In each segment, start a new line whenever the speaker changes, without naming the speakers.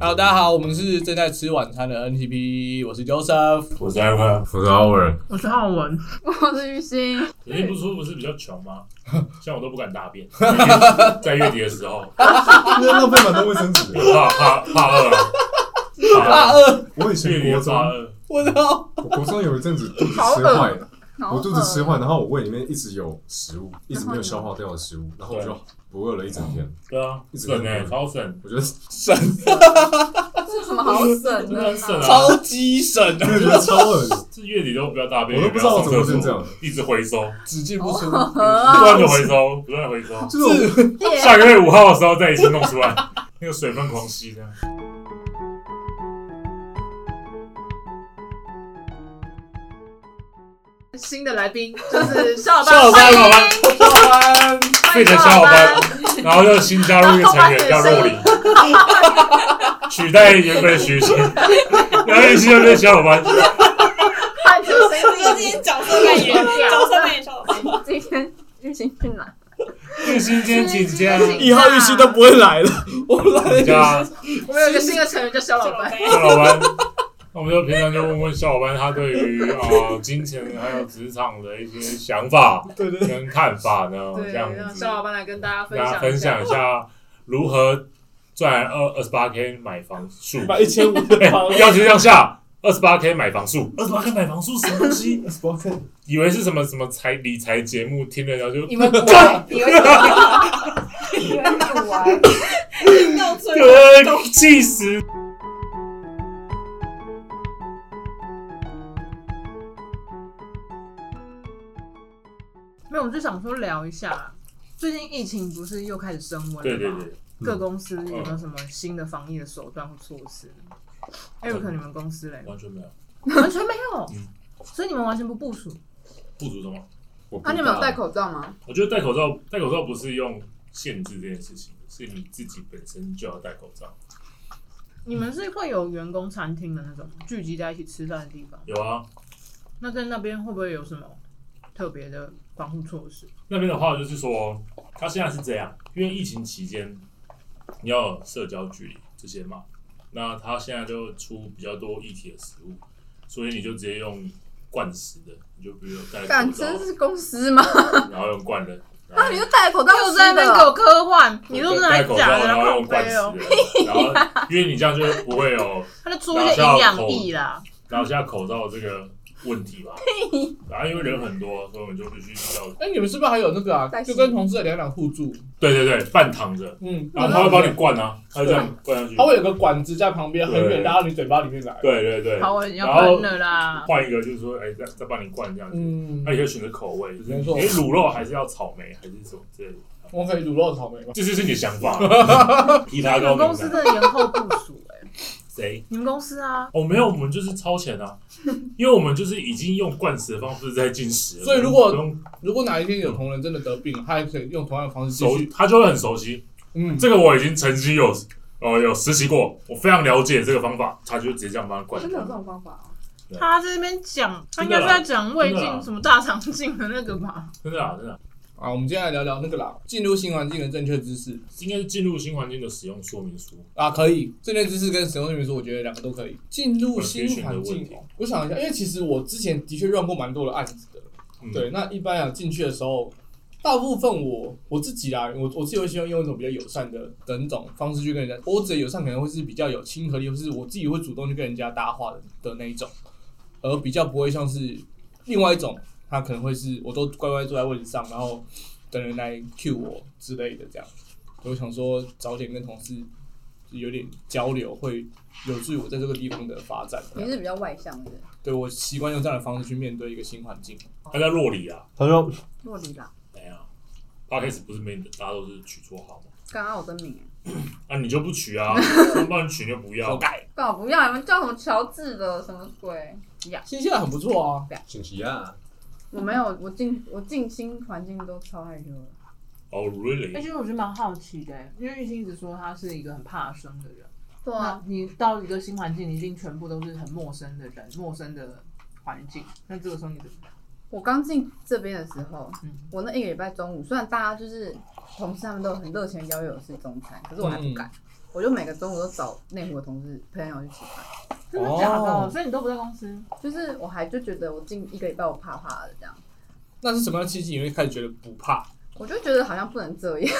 Hello，大家好，我们是正在吃晚餐的 NTP，我是 Joseph。
我是 a l
我是 Howard，
我是浩文，
我是玉兴，
有些不舒服是比较穷 吗？像我都不敢大便，在月底 的时候，
那浪费蛮多卫生纸的。
我怕怕怕饿了，
大二，
我以
月
前
底的
国
怕
中，
饿，
我操！
我国中有一阵子肚子吃
好
坏了
恶，
我肚子吃
好
坏，
饿
然后我胃里面一直有食物，一直没有消化掉的食物，然后我就不饿了一整天。
对啊，
一直
省哎，
在
超省，
我觉得
省，
这有什么好省
真的很省
的？
啊，
超级省，
真的觉得超恶 心，
这月底都不要大便，
我都不知道我怎么
也要上
变
厕
这
所
样，
一直回收，
只进不出。
哦
不断的
啊，
回收，不断的回收，
就是我
下个月五号的时候再一次弄出来，那个水分狂吸这样。
新的来宾就是小
下
班，
午班，老班，下班，
费
欢迎欢迎
的
小
小伙伴，然后又新加入一个成员叫若琳， 取代原本的徐星，然后一起又变小伙伴，
快出
我
新
今天角色扮演，角色扮演小伙伴，
今天玉兴去哪？
玉鑫今天请假，
以后玉溪都不会来了，我来
请
了。
假
我们有一个新的成员叫小
小
老
伙
板，
伴。
小伙伴。那我们就平常就问问小伙伴他对于啊、呃金钱还有职场的一些想法
对对，
跟看法呢，
对，
这样
让
子
小老板来跟大家分
大家
享
分
一下
享一。下如何赚二二十八 k 买房数，
把一千五
哎
的 包，
要求向下，二十八 k 买房数，二十八 k 买房数什么东西？以为是什么什么财理财节目，听了然后就
你们果然，你们
你们玩，到最后
呃气死。
没有，我就想说聊一下，最近疫情不是又开始升温了吗？
对对对，
各公司有没有什么新的防疫的手段或措施？艾瑞克，你们公司嘞
完全没有
完全没有
嗯，
所以你们完全不部署。
不足什么？
我不
啊，你们有戴口罩吗？
我觉得戴口罩，戴口罩不是用限制这件事情，是你自己本身就要戴口罩。
你们是会有员工餐厅的那种聚集在一起吃饭的地方？
有啊，
那在那边会不会有什么特别的防护措施？
那边的话就是说，他现在是这样，因为疫情期间你要有社交距离这些嘛，那他现在就出比较多一体的食物，所以你就直接用灌食的，你就比如戴口
敢
罩，
真是公司吗？
然后用灌的，然
啊，
后
你就戴口罩
又在那边给我科幻，你都是
戴
来
口
假
罩，
的，
然后
后
用灌
飞
食
哦，
的，然后因为你这样就不会有
他就出一些营养液啦。
拿下口罩这个问题吧。 然后因为人很多，所以我们就必须要
哎，你们是不是还有那个啊？就跟同事的两两互助，
对对对半躺着，
嗯，
然后他会帮你灌啊，他就这样灌上去
它。会有个管子在旁边，很远拉到你嘴巴里面来。
对对对，
好，我已经要
然后
喷了啦。
换一个就是说，哎，再再帮你灌这样子。
嗯
那，你可以选择口味，就是
没
你
错
卤肉还是要草莓还是什么之类的，
我可以卤肉草莓吗？
这就是你的想 法。提
那
拉
你
高敏
们公司
感
真的延后部署哎、
谁？
你们公司啊，
哦，没有，我们就是超前啊，因为我们就是已经用灌食的方式在进食了，
所以如果
不用
如果哪一天有同仁真的得病，他还可以用同样的方式继
熟
续。，
他就会很熟悉。
嗯，
这个我已经曾经有呃有实习过，我非常了解这个方法，他就直接这样帮他灌。
真的有这种方法哦？
他在那边讲，他
真
应
的
该
啦
是在讲胃
真的啦啊
镜什么大肠镜的那个吧？
真的啊，真的啊、
啊，我们今天来聊聊那个啦，进入新环境的正确知识
应该是进入新环境的使用说明书。
啊，可以，正确知识跟使用说明书，我觉得两个都可以。进入新环境哦，我想一下，因为其实我之前的确用过蛮多的案子的，
嗯，
对，那一般啊进去的时候，大部分我我自己啦，我我自己会希望用一种比较友善的的那种方式去跟人家，我指的友善可能会是比较有亲和力，或是我自己会主动去跟人家搭话的的那一种，而比较不会像是另外一种，他可能会是我都乖乖坐在位置上，然后等人来 cue 我之类的这样。我想说早点跟同事有点交流，会有助于我在这个地方的发展。这
你
样
是比较外向的，
对我习惯用这样的方式去面对一个新环境。
他叫洛里啊，
他说
洛里啦，
没有，他开始不是没大家都是取绰号嘛，
刚刚我真名
啊你就不取啊，他帮你取你就不要
活。该，
哎，我不要你们叫什么乔治的什么鬼？
新西兰很不错啊。
信息啊，
我没有，我进我进新环境都超害羞的。
哦，really？
而且哎我觉得蛮好奇的、欸因为玉兴一直说他是一个很怕生的人，
对
那
啊，
你到一个新环境，你一定全部都是很陌生的人，陌生的环境，那这个时候你怎么办？
我刚进这边的时候，
嗯
我那一个礼拜中午，虽然大家就是同事他们都很热情邀约我吃中餐，可是我还不敢，我就每个中午都找内湖的同事朋友去吃饭，
真的假
哦
的？所以你都不在公司？
就是我还就觉得我近一个礼拜我怕怕的这样，
那是什么样的契机你会开始觉得不 怕？
我就觉得好像不能这样，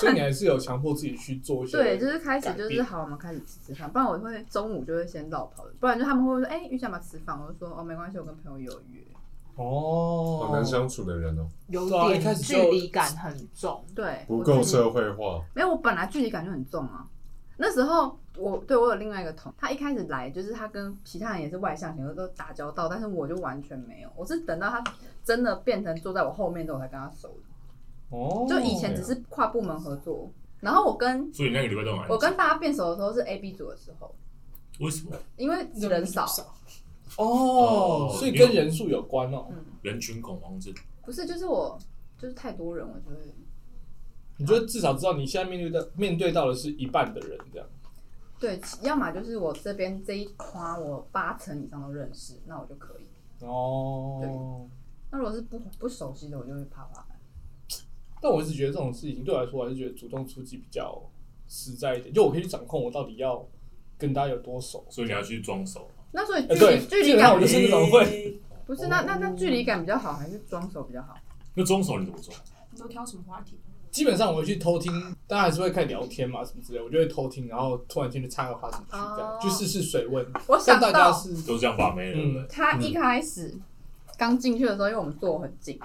所以你还是有强迫自己去做一些
对，就是开始
改
就
变
是好，我们开始吃吃饭，不然我会中午就会先绕跑，不然就他们会说，哎、玉下嘛吃饭，我就说哦没关系，我跟朋友有约，
哦
好难相处的人哦，
有
对啊一开
点
始
距
就
离感很重，
对，
不
我
够
自己
社会化，
没有，我本来距离感就很重啊。那时候我对我有另外一个同，他一开始来就是他跟其他人也是外向型，都打交道，但是我就完全没有。我是等到他真的变成坐在我后面之后，我才跟他熟的。
哦，
就以前只是跨部门合作，然后我跟
所以你那个礼拜都蛮
我跟大家变熟的时候是 A B 组的时候，
为什么
因为人少，
哦，
哦
所以跟人数有关哦。
嗯，
人群恐慌症？
不是，就是我就是太多人，我就会
你觉得至少知道你现在面对的面对到的是一半的人这样。
对，要么就是我这边这一框我八成以上都认识，那我就可以。
哦，
那如果是不不熟悉的，我就会怕怕。
但我一直觉得这种事情对我来说，我还是觉得主动出击比较实在一点，就我可以去掌控我到底要跟大家有多熟。
所以你要去装熟。啊
那所以
呃
距
对
离距
基
离
本上
感
我就是那种会
不是，那那那距离感比较好，还是装熟比较好？
那装熟你怎么装？
你都挑什么话题？
基本上我会去偷听，大家还是会看聊天嘛什么之类，我就会偷听，然后突然间就插个话进去，这样、
哦
去试试水温。
我
但
想
大家
到
是
都这样把妹了，对不
嗯
对？
他一开始刚进去的时候，因为我们坐很近，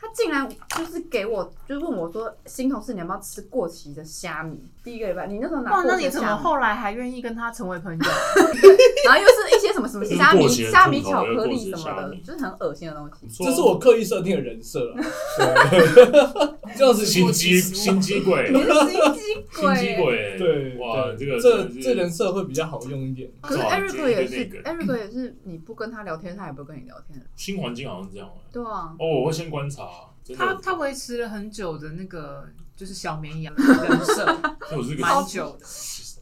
他竟然就是给我就问我说：“新同事，你要不要吃过期的虾米？”第一个礼拜，你那时候拿
哇，
过
那
期
你
的
怎么
虾米，
后来还愿意跟他成为朋友？
然后又是一些什么什么虾
过
米
期的
虾米
兔头
巧
又
克
过
力
期的
什么
虾
的，
米
就是很恶心的东 西。
不错啊
这是我刻意设定的人 设啊了，就是
心机心机鬼，
你是心机
心机
鬼。
鬼，
对，
哇，这
对这
个真的
这
是
人设会比较好用一点。
可是
找
Eric 也
那
是
个
，Eric 也是，你不跟他聊天，他也不会跟你聊天。
新环境好像这样欸
对啊，
哦，我会先观察，真
他
的，
他维持了很久的那个就是小绵羊人设，
因为我是个
蛮久的。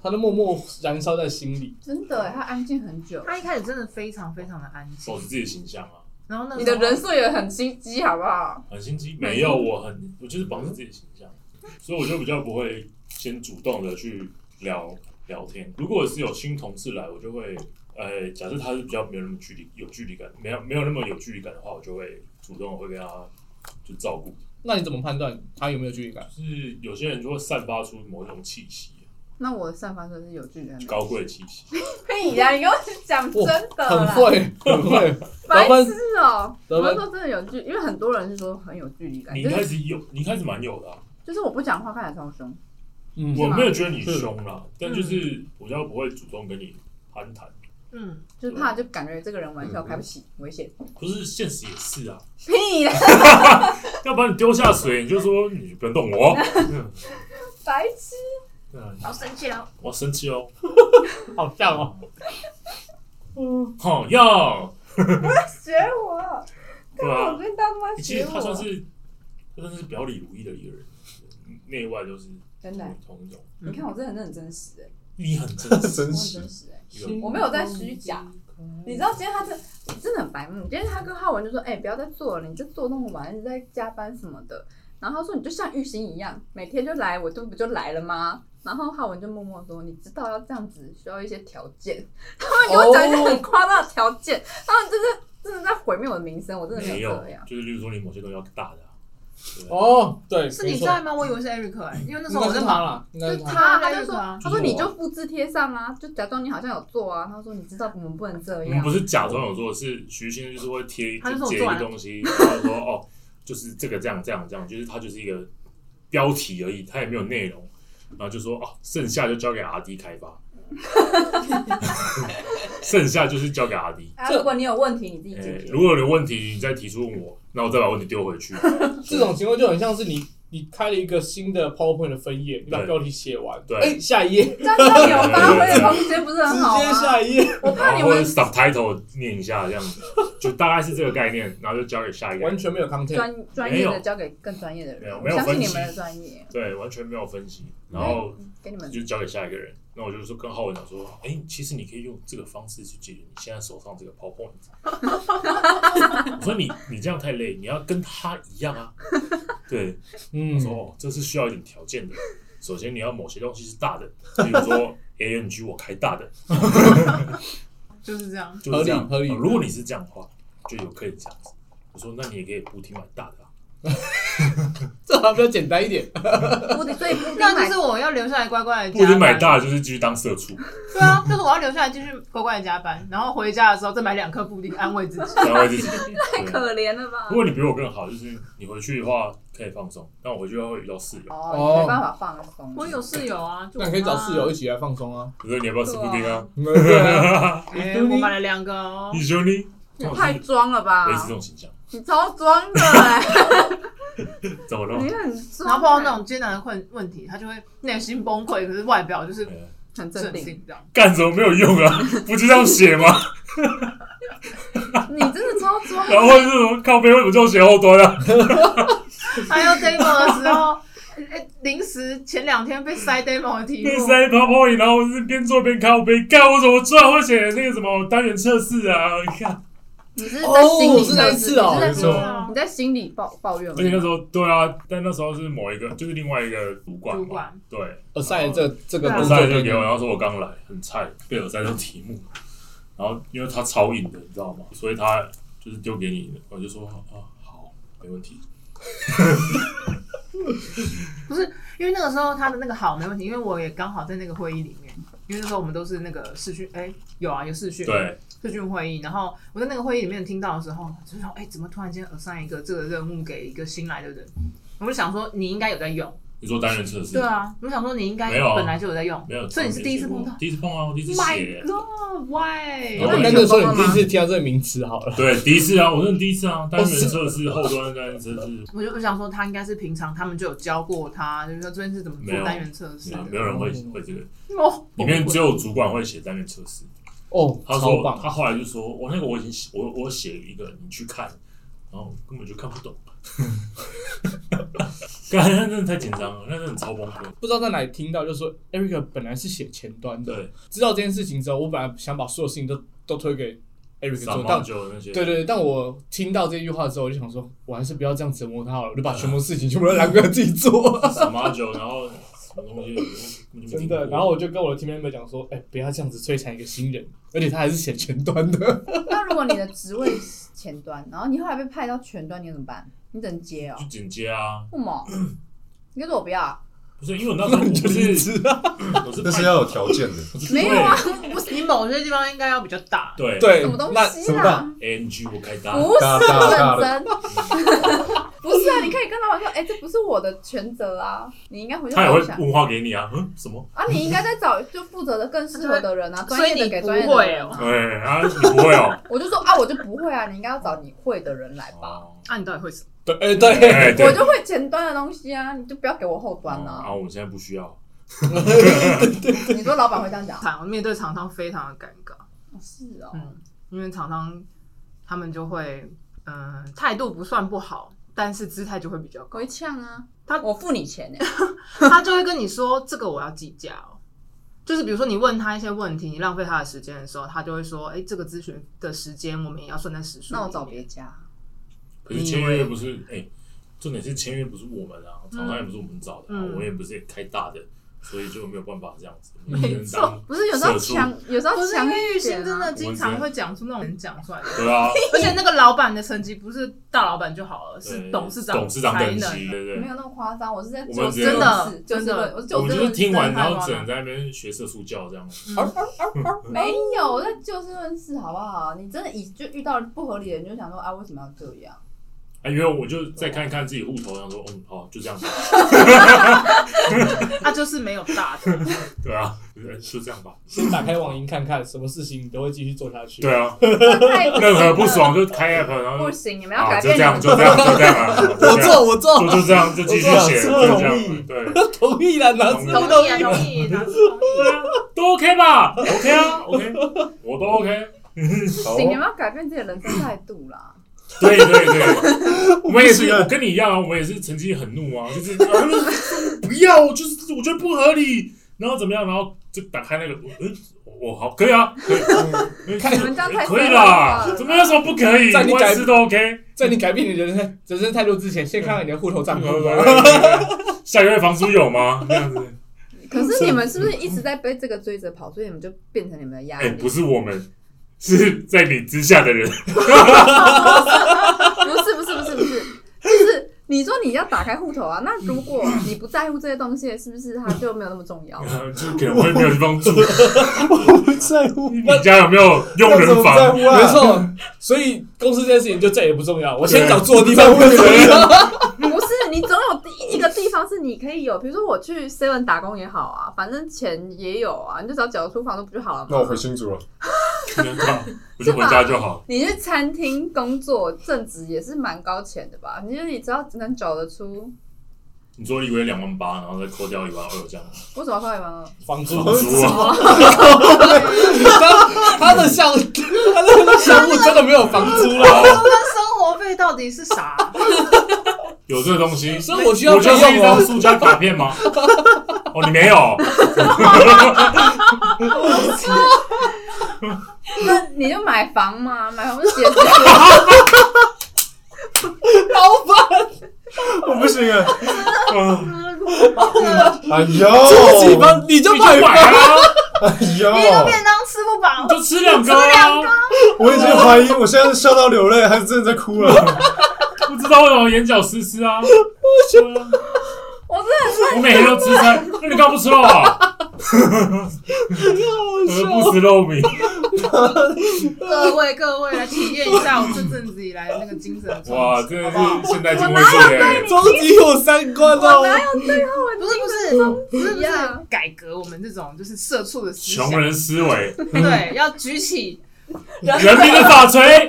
他都默默燃烧在心里。
真的，他安静很久。
他一开始真的非常非常的安
保
静
持，自己的形象啊，
然后那
你
时
的
候
人设也很心机，好不好？
很心
嗯
机。没有，我很，我就是保持自己的形象，啊所以我就比较不会先主动的去聊聊天。如果是有新同事来，我就会，呃，假设他是比较没有那么距离有距离感，没有没有那么有距离感的话，我就会主动地会跟他就照顾。
那你怎么判断他有没有距离感？
就是有些人就会散发出某种气息，
那我散发出的是有距离的美。
高贵气息。
屁呀！你跟我讲真
呃
的
很
啦，
会，很会。
白
老板
痴哦、
老
我
板
是说真的有距，因为很多人是说很有距离感，
你一
就
开
是
始有，你一开始蛮有的啊、
就是我不讲话看起来超凶，
嗯，
我
吗嗯
没有觉得你凶啦，但就是我就不会主动跟你攀谈。
嗯，
就是怕就感觉这个人玩笑
嗯
开不起，危险。
可是现实也是啊，
屁呀，
要把你丢下水，你就说你不要动我，
白痴！
对啊
好生气了，
我生气哦，
好像哦。
好要，
学我，
对啊，
跟大妈
其实他算是他算是表里如一的一个人，内外都是
真的。
同一种。
你看我真的很认真实哎、
你很嗯真 实，
我
真
很
实
真。实哎、
一个
我没有在虚假。你知道今天他真真的很白目，今天他跟浩文就说：“哎、不要再做了，你就做那么晚，一直在加班什么的。”然后他说：“你就像玉兴一样，每天就来，我这不就来了吗？”然后浩文就默默说：“你知道要这样子，需要一些条件。” 他们给我讲一些很夸张的条件，他们真的真的在毁灭我的名声，我真的
没
没
有
这样，。
就是例如说你某些东西要大的啊，对啊
哦，对，
是你
没错
在吗？我以为是 Eric，、欸、因为那时
应
候我
该
在
是
忙
他，啦，应该
就是是
他。
他，他
那
就
个
说
啊：“
他说你就复制贴上啊，就假装你好像有做啊。”他说：“你知道我们不能这
我们
样
不。是假装有做，是徐先生就是会贴
他就说
就
我
截一个
做完了
东西，然后说哦，就是这个这样这样这样，就是他就是一个标题而已，他也没有内容，然后就说哦，剩下就交给阿迪开 发，剩下就是交给阿迪”。
啊，如果你有问题，你自己
诶
解决。
如果有问题，你再提出问我，那我再把问题丢 回去。
这种情况就很像是你你开了一个新的 PowerPoint 的分页，你把
对
标题写完，
对
哎，下一页，直
这样让有发挥的空间不是很
啊
好
接
吗？
下一页，
我怕
然
你
啊后或者
们
subtitle 念一下这样子，就大概是这个概念，然后就交给下一个
完
人。
全没有 content。
专专业的交给更专业的
没有
人，
没有
我相信
分
你
析
们的专业，
对，完全没有分析，然后
给你们
就交给下一个人。那我就说跟浩文讲说，哎、其实你可以用这个方式去解决你现在手上这个 PowerPoint。我说你你这样太累，你要跟他一样啊。对，
嗯
我说哦，这是需要一点条件的，首先你要某些东西是大的，比如 说 ANG 我开大的，
就是这样。
就是这样
合理合理
呃如果你是这样的话，就有客人这样子。我说那你也可以补体买大的啊。
这还比较简单一点。
布丁，所以布丁
那
买
就是我要留下来乖乖的
不一
加
定
班。
买大的就是继续当社畜，
对啊，就是我要留下来继续乖乖的加班，然后回家的时候再买两颗布丁安慰自己。
然后自己。
太
对
可怜了吧
如？果你比我更好，就是你回去的话可以放松，但我回去的话会遇到室友，
哦，没办法放松。
我有室友啊，就
那你可以找
我妈
室友一起来放松啊。
我说你要不要吃布丁啊？
对啊
哎、我买了两个哦
嗯
你。说你，
你太装了吧
维？持这种形象，
你超装的哎、
怎么了
你？很装、欸
然后碰到那种艰难的困问题，他就会内心崩溃，可是外表就是
哎
很
镇
镇定，
定这样。
干什么没有用啊？ 不就这样写吗？
你真的超装
然后或者是什么靠背为什么就写后端啊？
还有 demo 的时候，哎临时前两天被塞 demo 的题
那
目，
塞 PowerPoint，然后我是边做边靠背，干我怎么突然会写那个什么单元测试啊？你看，
你是在心
哦
里
是那一次哦
你是在
没错
你在心里抱抱怨吗
而且那时候对啊，但那时候是某一个，就是另外一个主管嘛，
主管
对，
我 晒这这个
对啊
我
工作
塞
给
就
你
给我，然后说我刚来，很菜，被我塞到题目，然后因为他超硬的，你知道吗？所以他就是丢给你，我就说啊好，没问题，
因为那个时候他的那个好没问题，因为我也刚好在那个会议里面，因为那时候我们都是那个视讯，哎、有啊有视讯，
对，
视讯会议，然后我在那个会议里面听到的时候，就想，哎、怎么突然间耳上一个这个任务给一个新来的人？
嗯
我就想说，你应该有在用，
你说单元测试，
对啊，我想说你应该
没有啊
本来就有在用，
没有，
所以你是第一次碰到
第一次碰到，第一次
My
写。
哦
God，Why？
然后
哦那那个时候你第一次听到这个名词好了，
对，第一次啊，我真的第一次啊，
哦
单元测试、后端单元测试，
我就我想说，他应该是平常他们就有教过他，就是说这边是怎么
没
做
有
单元测试
没有
的。
没有人会会这个，
哦，
里面只有主管会写单元测试。
哦，
他
超
说
棒！
他后来就说，我那个我已经写，我我写一个，你去看，然后根本就看不懂。 干，那真的太紧张了，那真的超崩溃。
不知道在哪里听到，就说 Eric 本来是写前端的，
对，
知道这件事情之后，我本来想把所有事情都都推给 Eric
傻
做，
帽
但
酒那些，
对对对，但我听到这句话之后，我就想说，我还是不要这样折磨他好了，我就把全部事情全部都让哥自己 做，
傻帽酒，然后什么东西，根本就没
真
听过
的。然后我就跟我的 team member 讲说，哎、不要这样子摧残一个新人，而且他还是写前端的，
那如果你的职位是前端，然后你后来被派到全端，你怎么办？你怎么接哦
就？紧接啊，
为什 么？你跟我说我不要啊，
不是因为我那时
那
候
你
我
就
不
离
是，
职啊。
我 是
但是
派
要有条件的，
没有 啊，
不是你某些地方应该要比较大，
对
对，
什么东
那
西啊
什么
啦
大？
，ANG 我开单，
不
啊大
是
大大
本真，不是啊！你可以跟老板说，哎、这不是我的全责啊，你应该回去
他也会
想一下
问话给你啊，嗯，什么？
啊，你应该再找就负责的更适合的人 啊，
所
专业
以
的
你
给
不
专业的
会
人、
哦
啊。
对啊，你不会 哦。
我就说啊，我就不会啊，你应该要找你会的人来吧。
哦，
啊那、你到底会什么？
对，哎、 对，
哎，对
我，就会前端的东西啊，你就不要给我后端
啊，
啊。
哦
我们现在不需要。
你说老板会这样讲？
厂面对厂商非常的尴尬，
是哦，
嗯，因为厂商他们就会，嗯、态度不算不好，但是姿态就会比较高
回，呛啊，
他
我付你钱欸呢、
他就会跟你说这个我要计价哦。就是比如说你问他一些问题，你浪费他的时间的时候，他就会说，哎、这个咨询的时间我们也要算在时数里面。
那我找别家。
可
嗯
是签约不是，哎，重点是签约不是我们啊，厂商也不是我们找的啊，
嗯
我们也不是开大的，所以就没有办法这样子。
没错
我们只能当
不是有时候
社畜
强，有时候
不是
强
因
一
为玉
点啊
鑫真的经常会讲出那种人讲出来 的，
对啊，
而且那个老板的层级不是大老板就好了，
对
是董事长
董事长
才
等级，
能。
对不
没
对？
有那么夸张，我是在
我们
九
直接
真的
真的
我是
我
九
们
十
就是
论
听完，然
太夸张
后只能在那边学社畜教这样。
没有，我在就事论事，好不好？你真的以就遇到不合理的，你就想说啊，为什么要这样？
啊，因为我就再看看自己户头，想说，嗯，好，就这样吧，
他就是没有大的，
对啊，对就这样吧，
先打开网银看看，什么事情你都会继续做下去。
对啊，
太
任何不爽就开 app，然后
不行，你们要
啊，
改
就这
变你
样，
们
就这样，就这样啊，就这
我
样
做，我做，
就就这 样，啊就继续
我做
写，
这
就这
同
样
意，
对。
同意了，拿出
同
同意。
同意，哪是同意
对啊，都 OK 吧？OK 啊，OK，我都 OK。
不行，你们啊要改变自己的人生态度啦。
对对 对，我们也是，我跟你一样啊，我们也是曾经很怒啊，就是啊不要，我就是我觉得不合理，然后怎么样，然后就打开那个，嗯，我好可以啊，可以，嗯
看
你们这样太
可以
废话
啦，
了
怎么有什么不可以？
在你
我
改
也是都 OK。
在你改变你人
嗯
啊生人生态度之前，先看看你的户头账户吧。
下个月房租有吗？这样子，
可是你们是不是一直在被这个追着跑，所以你们就变成你们的压
哎、
力？
不是我们，是在你之下的人。
不是不是不是不是，就是你说你要打开户头啊，那如果你不在乎这些东西，是不是它就没有那么重要？
就可能会没有地方住。
我不在乎，
你家有没有佣
那怎
人
么在
房？
乎
没
啊？
错，所以公司这件事情就再也不重要。我先找住的地方不重要。
不是，你总有第一个地方是你可以有，比如说我去 Seven 打工也好啊，反正钱也有啊，你就只要缴出房租不就好了
那我
吗？
回新竹了，
我就回家就好。
你去餐厅工作正职也是蛮高钱的吧？你就你只要能缴得出，
你说一个月两万八，然后再扣掉一万二这样。
为什么要扣一万二？
房租
房，租啊，
他他的项，他的项目真的没有房租
哦
了，
生活费到底是啥？
有这个东西，
所以我需要
我就
备
是一
用
张
哦。
塑胶卡片 吗？哦，你没有，
那你就买房嘛，买房就解 决。
我不行哎，
嗯
哎
自己
呦，
吧，你就
哦你就
买
买
吧。
啊，
哎呦，
一个便当吃不饱
你，就吃两个啊。
我已经怀疑，我现在是笑到流泪，还是真的在哭 了？
不知道为什么眼角湿湿啊。对啊
我真的
我每天都吃三，那你干嘛不吃肉 啊？我
笑
又不吃肉米，
各位各位来体验一下我这阵子以来的那个精神
哇，
冲击。
真
好
的
不好
是现代金会做的。
终极我三观哦！
我哪有对啊？我
不是不是不是不
一
是
样
改革我们这种就是社畜的思想
穷，人思维，
对，要举起
人民的法锤，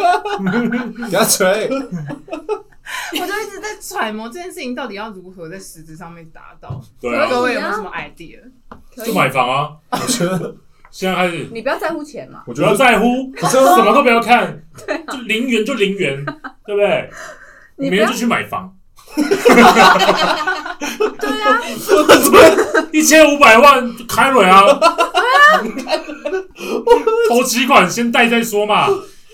给他锤，
我就一直在揣摩这件事情到底要如何在实质上面达到。
对啊，
各位有没有什么 idea？
可
就
以，
买房啊！
我觉得，
现在开始，
你不要在乎钱嘛。
我
不
觉
要
得，
在乎，
我真
什
的，
么都不要看，就零元就零元，对不对？
你
明
不要
天就去买房，
对啊，
一千五百万就开蕊啊！头期款先贷再说嘛，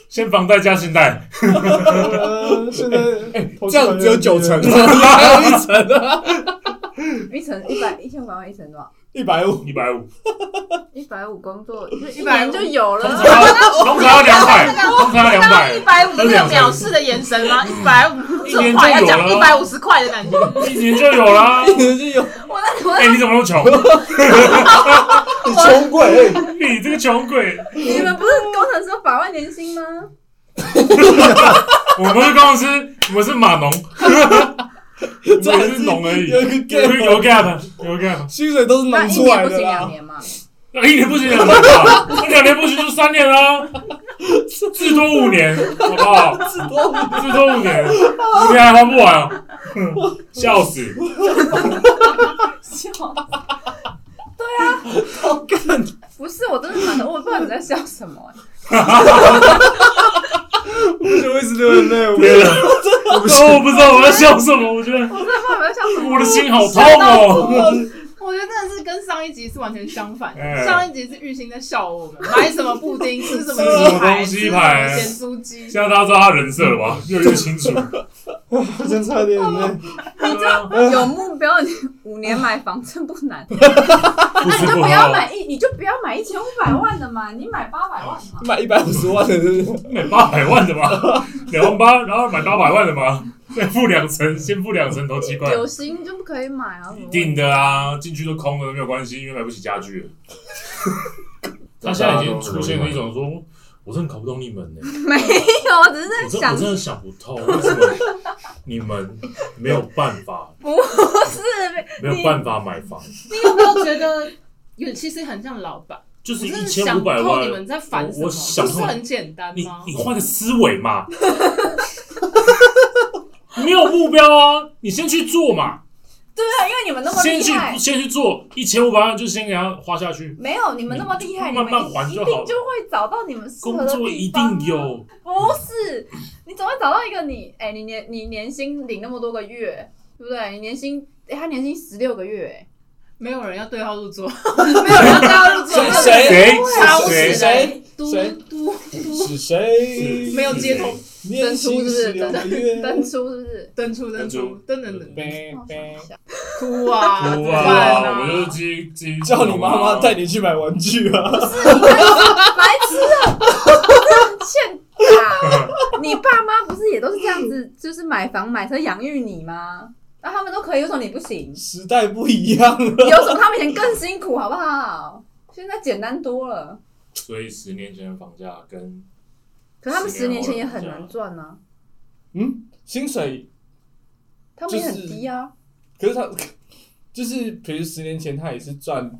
先房贷加信贷，
呃现在
哎这样只有九 成，
投资
还有一层啊，
一层一百一千五百万，一层多少？
一百 五。
一百五，
一百五工作一
150
年就有
通
了
常。要通常要两百，通常要两百，
一
嗯
百五那个表示的眼神吗？一百五
一
这
年就
种话要
有
讲一百
了，哦
五十块的感觉，
一年就有啦。
就 有
我那我
哎，你怎么那么穷？
你穷鬼，
你这个穷鬼！
你们不是工程师有百万年薪吗？
我不是公司，我们是码农，我们也是农而已，
有一个 gap
有 gap，有 gap，
薪水
啊
都是
那
弄
一
出
年
来
不行
的
两
啦。
年嘛？
那一年不行两年吧，那两年不行就三年啦，至多五年，好不好？
至多五
至多五年，五年还还不完啊！笑死！
笑死！不是，我真的 蛮，我不知道你在笑什么、
我就一直流眼泪，我
对
啊
了，
我
哦
不
我
行，
不知道我在笑什么，我觉得
我真的不知道你在笑什么。
我的心好痛 哦。
我觉得真的是跟上一集是完全相反
哎
的。上一集是玉兴在笑我们，买什么布 丁，吃什么
吃什么东
鸡排，吃
西
什么
排
咸酥鸡，
现在大家知道他人设了吧？越来越清楚。
我真差点泪。
有目标，你五年买房真不 难，
不
那
是
你就
不
不要
好，
买一，你就不要买一千五百万的嘛，你买八百万嘛。
买一百五十万的，是不是？
买 八百万的嘛， 两万八，然后买八百万的嘛，再付两层，先付两层头期款。
有心就不可以买啊！
一定的啊，进去都空的没有关系，因为买不起家具了。他现在已经出现了一种说，我真的搞不懂你们呢、
没有，我只是
我
在
真的我，
想
真的想不透为什么你们没有办 法，
不是
没有办法买房，
你有没有觉得有其实很像老板？
就是
我真
一
的
千
想
五
不
百
透你
万。
们在烦什
我
么？
我想
不
透
是很简单
你
吗？
你换个思维嘛， 你没有目标啊，你先去做嘛，
对啊，因为你们那么
先
厉
去
害，
先去做，一千五百万就先给他花下去，
没有你们那么厉害，你
慢
们
慢还
一
就
定
好了
就会找到你们适合
工
的
作
地
一
方啊
定有。
不是，你总会找到一个你，哎、你年你年薪领那么多个月，对不对？你年薪，哎、他年薪十六个月、哎
没有人要对号入座，没有人要对号入座，
谁谁
谁
烧
哎
谁
起来
谁
嘟
谁
嘟嘟，
是谁？
没有接头，
年薪十六个 月，
登出是不是？
登出登出登登 登，
呗
好
呗
想一下
哭啊
哭
怎么办
啊！我就自己自己
叫你妈妈带你去买玩具啊！
白痴啊！真的欠打！你爸妈不是也都是这样子，就是买房买车养育你吗？那、他们都可以，为什么你不行？
时代不一样了，
有什么他们以前更辛苦，好不好？现在简单多了。
所以十年前的房价跟
可他们
啊
十年前也很难赚啊呢、
嗯，薪水
他们也很低啊。
可是他就是，比如十年前他也是赚，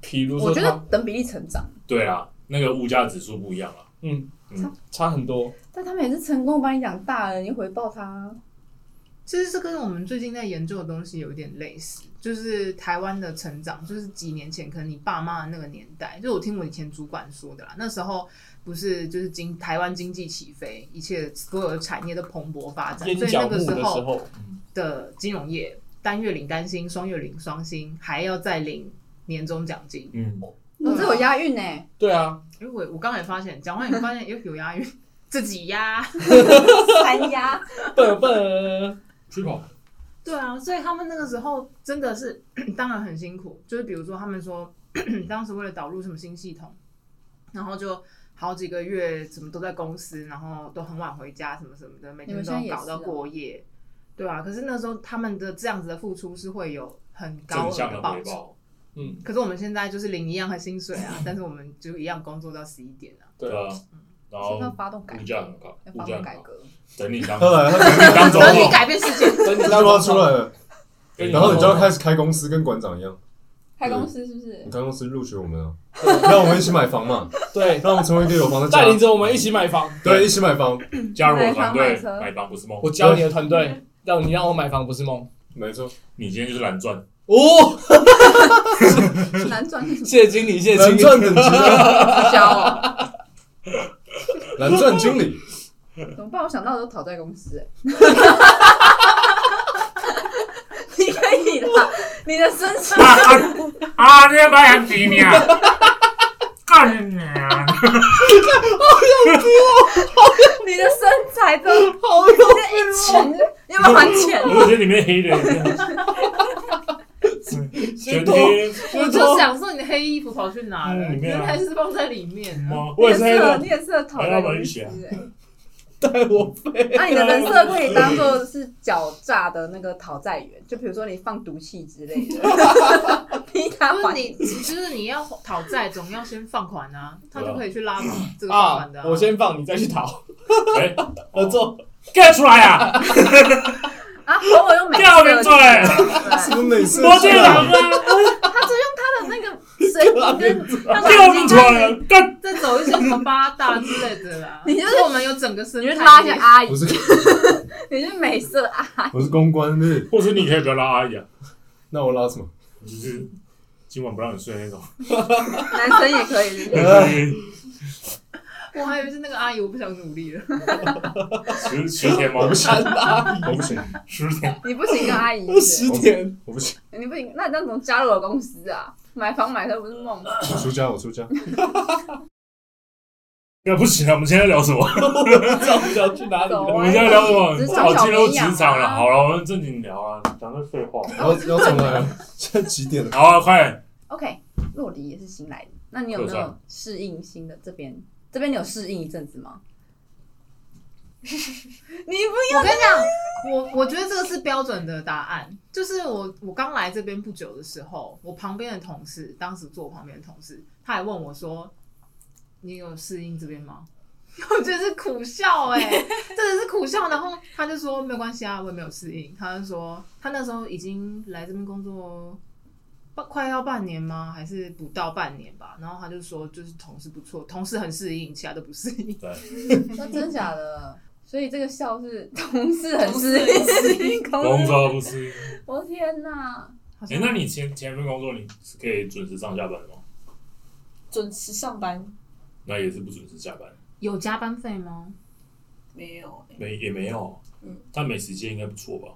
比如
我
说
觉得
他
等比例成长，
对啊，那个物价指数不一样啊。
嗯
嗯
差很多，
但他们也是成功把你养大了，你回报他啊。
其实这跟我们最近在研究的东西有点类似，就是台湾的成长，就是几年前可能你爸妈的那个年代，就是我听我以前主管说的啦，那时候不是就是经台湾经济起飞，一切所有的产业都蓬勃发展，
烟
所以
角
那
木
个
的
时
时
候
候，
的金融业单月领单薪，双月领双薪，还要再领年终奖金。
嗯，
我这有押韵欸呢、
对啊，
因为我我刚才发现，讲话也发现有有押韵， 自己押。
三押。
笨笨，
去吧。
对啊，所以他们那个时候真的是， 当然很辛苦。就是比如说，他们说 当时为了导入什么新系统，然后就好几个月怎么都在公司，然后都很晚回家，什么什么的，每
你
天
们
都
现在也
搞
是
到
啊
过夜。对啊，可是那时候他们的这样子的付出是会有很高
正
额
向的
报
回
酬。
报，
嗯，
可是我们现在就是领一样的薪水啊，但是我们就一样工作到十一点啊。
对
对啊，
啊。然
是
后
不是要发动改
物
革
价，很高，
要
物
发
价很
动改
高。
革。
等你当
后
呃
来他
当 总
等你
统，
改变世界，
等你
他妈出来 了，
哎
跟
然后你就要开始开公司，跟馆长一样，
开公司是不是
你？开公司录取我们啊，让我们一起买房嘛，
对，
让我们成为一个有房的家
带，领着我们一起买房，
对，一起买房，
加入我的团
买
队
房买，车
买房不是梦
我。教你的团队，让你让我买房不是梦
没 错，
你今天就是懒赚，
哦，
难赚 是什么？
谢谢经理，谢谢经
蓝
理，
钻等级啊，
销
蓝钻经 理，
怎么办？我想到的都讨债公司、欸。 你可以啦，你的身世
啊，你买很便 宜啊！干你娘！
你的身材都好有一群，你要不要还钱？
我觉得里面黑的，全
先脱，
天
我
先
就
脱，
想说你的黑衣服跑去哪了？
嗯里
你
面啊
原来是放在里面啊。
猫，
你
我也
也
是黑
适合，你
的。
也适合讨债公司、
还
欸。
带我飞，
那、你的人设可以当做是狡诈的那个讨债员，就比如说你放毒气之类的， 逼他
不是
还。
你，就是你要讨债，总要先放款啊，他
对
就
啊
可以去拉 这个放
啊
款的、！
我，先放，你再去讨
哎，
合作，
干出来啊！
啊，还我用美
掉
色
人
计
罪
啊，
什么美式
我进来
啊？
了，
他就用他的那个 水平跟他的
掉出来了，干！
再走一些什么八大之类的啦。
你就是
所以我们有整个生
你就
态链，
拉一下阿姨
我，是
你就是美色啊阿姨，
我是公关日，
或者你可以不要拉阿姨啊，
那我拉什么？
就是今晚不让你睡那种。
男生也可以。
我还以为是那个阿姨，我不想努力了。
十十天吗？
我不行，我不行，
十天。
你不行跟阿姨是
十
不
点，
我不行，
是，你不行，那你那怎么加入我公司啊？买房买车不是梦，
我出家，我出家，
那哎不行了，我们现在聊什么？
我不知道我想去哪里
走
我
了。
啊
们现在聊什么？
职
早
场小
进入
绵
职
羊啊
场了，好了，我们正经聊啊，讲这废话。
然后要重来啊！ 现在几点了？
好啊，快点！
OK，洛迪也是新来的，那你有没
客
有
串
适应新的这边？这边你有适应一阵子吗？ 你不
我跟你讲，我我觉得这个是标准的答案，就是我我刚来这边不久的时候，我旁边的同事，当时坐我旁边的同事，他还问我说：“你有适应这边吗？” 我觉得是苦笑哎、真的是苦笑。然后他就说没有关系啊，我也没有适应。他就说他那时候已经来这边工作半快要半年吗？还是不到半年吧？然后他就说就是同事不错，同事很适应，其他都不适应。嗯
要，那真假的？所以这个笑是同事很
同
适
事
应，
很
适应
工
公司。
作不是？
我天哪！
好
哎
像，
那你前前一份工作你是可以准时上下班的吗？
准时上班
那也是不准时下班，
有加班费吗？
没有欸？
没也没有。
嗯
但美食街应该不错吧？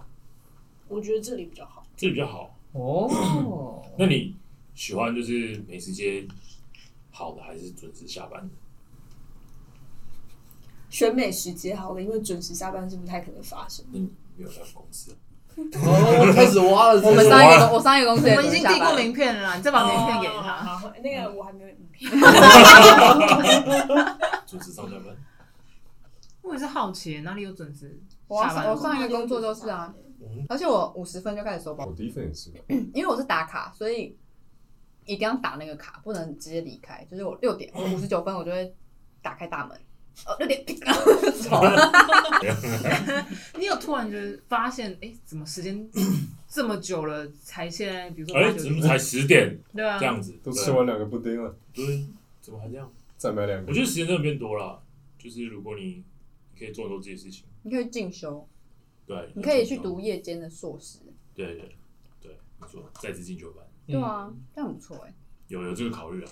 我觉得这里比较好。
这里比较好。
哦，
那你喜欢就是美食街好的，还是准时下班的？
选美时节好了，因为准时下班是不太可能发生。
你没有在公司啊，
哦，开始挖了，
我们
是不是
上一个公，我上一个公司
我
也
们已经
准
递
时下
过
班
名片了啦，你再把名片给
哦
他。
好好那个我还没有名片。
啊准时上下班。
我也是好奇，哪里有准时
我
下班
上
的
我
工作？
上一个工作都是啊，而且我五十分就开始收包，
我第一份也是，
因为我是打卡，所以一定要打那个卡，不能直接离开。就是我六点， 我五十九分我就会打开 大门，呃，六点，然后就走 了。
你有突然就是发现，哎，怎么 时间这么久了才现在？比如说八
哎，
九
怎么
点，
才十点
对啊
嗯
这，样子？
都吃完两个布丁了，
对，啊怎么还这样？
再买两
我
个
觉。得时间真的变多了，就是如果你你可以做很多自己的事情，
你可以进修，
对，啊
你可以去读，夜间的硕士，
对对对，没错，在职进修班
嗯
对，啊，这样不错哎。
有有这个考虑啊，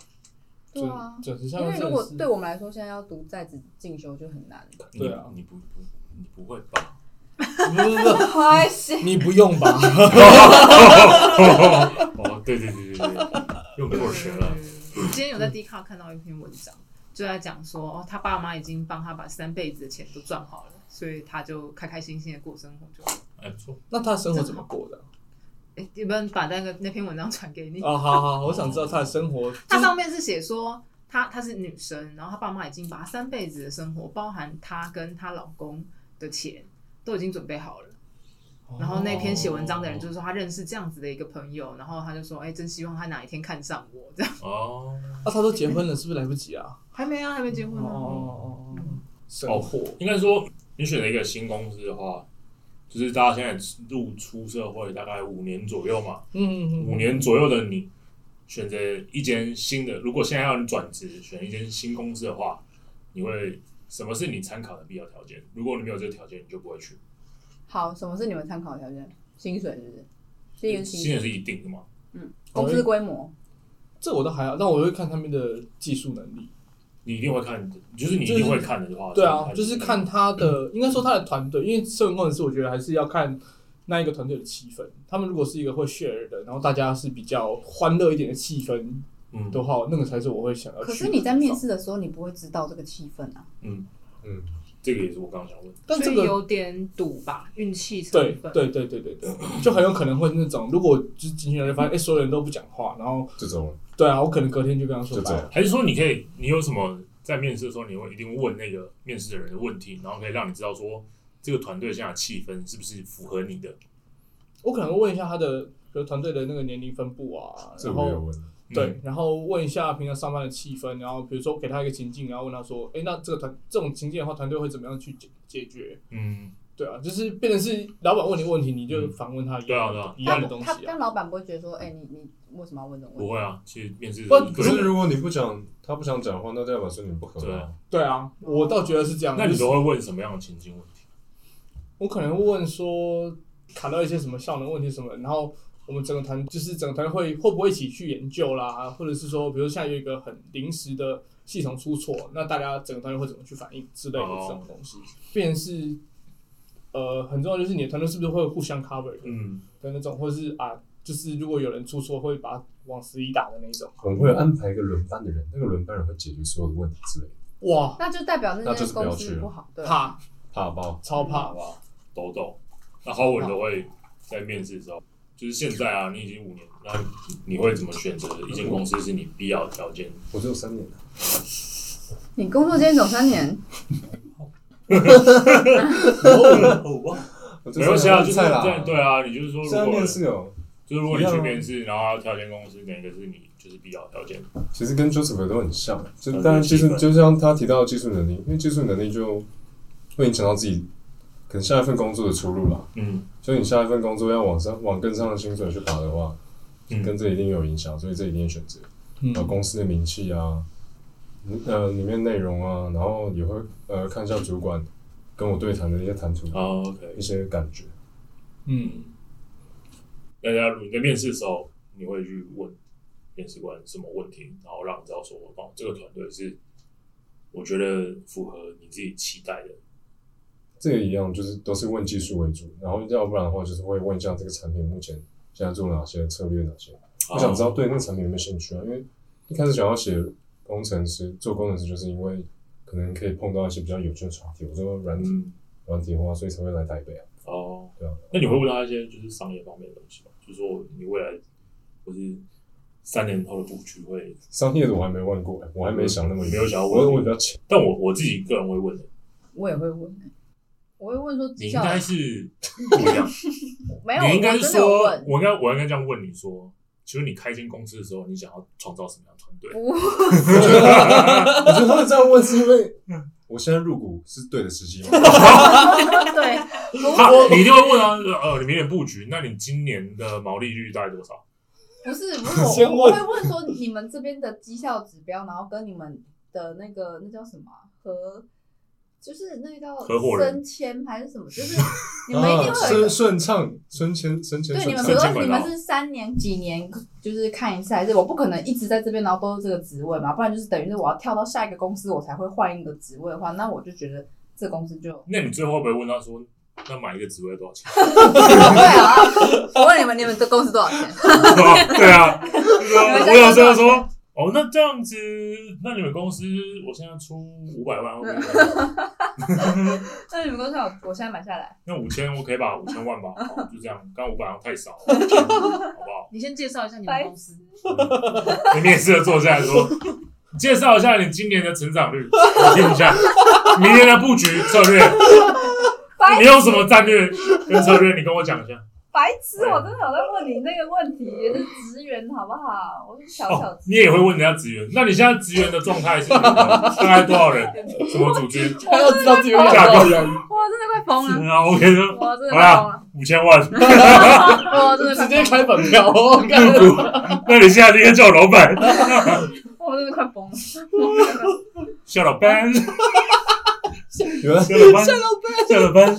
对啊
准，准时下
因
班
为
真的
如果
是
对我们来说，现在要读在职进修就很 难。
你
对啊
你不不你不会吧？
不不不
开心，
不，你不用吧？
哦，对对对对对，又没有学了，
我今天有在 D 卡看到一篇文章，就在讲说，哦，他爸妈已经帮他把三辈子的钱都赚好了，所以他就开开心心的过生活就好。
哎还不错，
那他生活怎么过的？
哎，有没有人把那个那篇文章传给你？
啊，好好，我想知道他的生活。就
它
是
上面是写说，她她是女生，然后她爸妈已经把她三辈子的生活，包含她跟她老公的钱，都已经准备好了。然后那篇写文章的人就是说，他认识这样子的一个朋友，然后他就说，哎、真希望他哪一天看上我。这样
哦，
啊，他都结婚了，是不是来不及啊？
还没啊，还没结婚
哦
呢、
哦哦哦哦，生活
应该说你选了一个新公司的话。就是大家现在入出社会大概五年左右嘛，
嗯
五年左右的你选择一间新的，如果现在要你转职选一间新公司的话，你会什么是你参考的必要条件？如果你没有这个条件，你就不会去。
好，什么是你们参考条件？薪水是不是？第一个是薪
薪
水，
水是一定的嘛？
公司规模，
这我倒还好，但我会看他们的技术能力。
你一定会看，就是你一
就是
定会看的话，
对啊，
它
就是看他的，应该说他的团队，因为社文工程师，我觉得还是要看那一个团队的气氛。他们如果是一个会 share 的，然后大家是比较欢乐一点的气氛
嗯，
的话，那个才是我会想要去。
可是你在面，试的时候，你不会知道这个气氛啊。
这个也是我刚刚想问，
但这
所以
个
有点赌吧，运气成
对
分。
对对对对对，就很有可能会那种，如果就是进去了就发现，哎，所有人都不讲话，然后
就走了，
对啊，我可能隔天就跟他说
就走
拜拜
了。。
还是说你可以，你有什么在面试的时候，你会一定问那个面试的人的问题，然后可以让你知道说这个团队现在的气氛是不是符合你的？
我可能会问一下他的，比如团队的那个年龄分布啊，
这
然
我也有嗯
后
问，
对，然后问一下平常上班的气氛，然后比如说给他一个情境，然后问他说，哎，那这个团这种情境的话，团队会怎么样去解解决？
嗯，
对啊，就是变成是老板问你问题，你
嗯
就反问他一样
对啊对啊
一
他
样的东
他
西啊。
但老板不会觉得说，哎，你你为什么要问这种
嗯
问
不
题？
会啊，其实面试
不
对
可是如果你不讲，他不想讲的话，那代表说你们不合
对
啊
啊。
对啊，我倒觉得是这样。
那你
就是
都会问什么样的情境问题？
我可能会问说，卡到一些什么效能问题什么，然后我们整个团就是整个团会会不会一起去研究啦，或者是说，比如现在有一个很临时的系统出错，那大家整个团队会怎么去反应之类的
哦
这种东西，变成是呃很重要，就是你的团队是不是会互相 cover 的
嗯，
的那种，或者是啊，就是如果有人出错，会把它往死里打的那一种。
可能会安排一个轮班的人，那个轮班人会解决所有的问题之类的，
哇，
那就代表那
那就
间
是不要
公司
去了
不好，对啊，
怕
怕包。
超怕
好不好？抖抖。那好，我都会在面试的时候，就是现在啊，你已经五年，那你会怎么选择一间公司是你必要的条件？
我只有三年啊，
你工作经验走三年，
我只
没
有
关系
三
啊，
年
就是
菜啦。
对对啊，你就是说，
现在
如果
面试哦，
就是如果你去面试，然后要挑选公司，哪一个是你就是必要的条件？
其实跟 Joseph 都很像，就
嗯
当然技
对
术，就像他提到的技术能力，因为技术能力就会影响到自己可能下一份工作的出路啦。
嗯
所以你下一份工作要往上往更上的薪水去爬的话，
嗯
跟这一定有影响，所以这一定选择。
嗯
然后公司的名气啊，嗯呃，里面内容啊，然后也会呃看一下主管跟我对谈的一些谈吐，
哦，OK。
一些感觉。
嗯，
大家如果你在面试的时候，你会去问面试官什么问题，然后让你知道说，哦，这个团队是我觉得符合你自己期待的。
这个一样，就是都是问技术为主，然后要不然的话就是会问一下这个产品目前现在做哪些策略哪些，我想
哦
知道对那个产品有没有兴趣啊？因为一开始想要写工程师，做工程师就是因为可能可以碰到一些比较有趣的团体。我说软体
嗯，
软体的话，所以才会来台北啊。
哦，
对啊
那你会问他一些就是商业方面的东西吗？就是说你未来或是三年后的布局会，
商业的我还没问过、我还没想那么远
没有想要问
我我比较 浅，
但我我自己个人会问的，
我也会问、欸，我会问说
你
绩
应
效
该是不一样。
没有，
你应该
我
是
真的有
说，
问，
我应该我应该这样问你说，其实你开间公司的时候，你想要创造什么样的团队？
不
我觉得他们这样问是因为我现在入股是对的时机吗？
对，
他你一定会问他，呃，你明年布局，那你今年的毛利率大概多少？
不是不是
先
我，我
问
会问说你们这边的绩效指标，然后跟你们的那个那叫什么啊和，就是那个叫
合伙人
升迁还是什么，就是 你们一定会有一
顺
个。
顺啊畅，升迁升迁
对你
顺
们，
畅
比
升迁
如。说你
管
们
道
是三年几年，就是看一次，还是我不可能一直在这边，然后都是这个职位嘛，不然就是等于是我要跳到下一个公司，我才会换一个职位的话，那我就觉得这公司 就
那你最后会不会问他说，那买一个职位多少钱？
对啊。我问你们，你们的公司多少钱？
对啊，就是说
们
我想说说，哦，那这样子，那你们公司我现在出五百万，会不会
那你们公司我我现在买下来，
那五千我可以把五千万吧，好就这样，刚刚五百万太少了，好不好？
你先介绍一下你
白
们公司，
你面试的坐下来说，介绍一下你今年的成长率，我听一下，明年的布局策 略，
白
你有什么战略跟策略？你跟我讲一下。
白痴，
啊
我真的有在问你那个问题，也是职员好不好？我是小小
哦，
职
你也会问人家职员，那你现在职员的状态是什么大概多 少人？什么组织？
他要知道自己有多
架
少
构
人，
我真的快疯了，
啊，OK 的，
我真
好
的快
啦
疯了，
五千万。
我真的
直
快疯
接
了，
开本票，我看
那你现在应该叫我老板，
我真的快疯了，我真的快疯了
叫老板，叫
原来
老板，叫老板。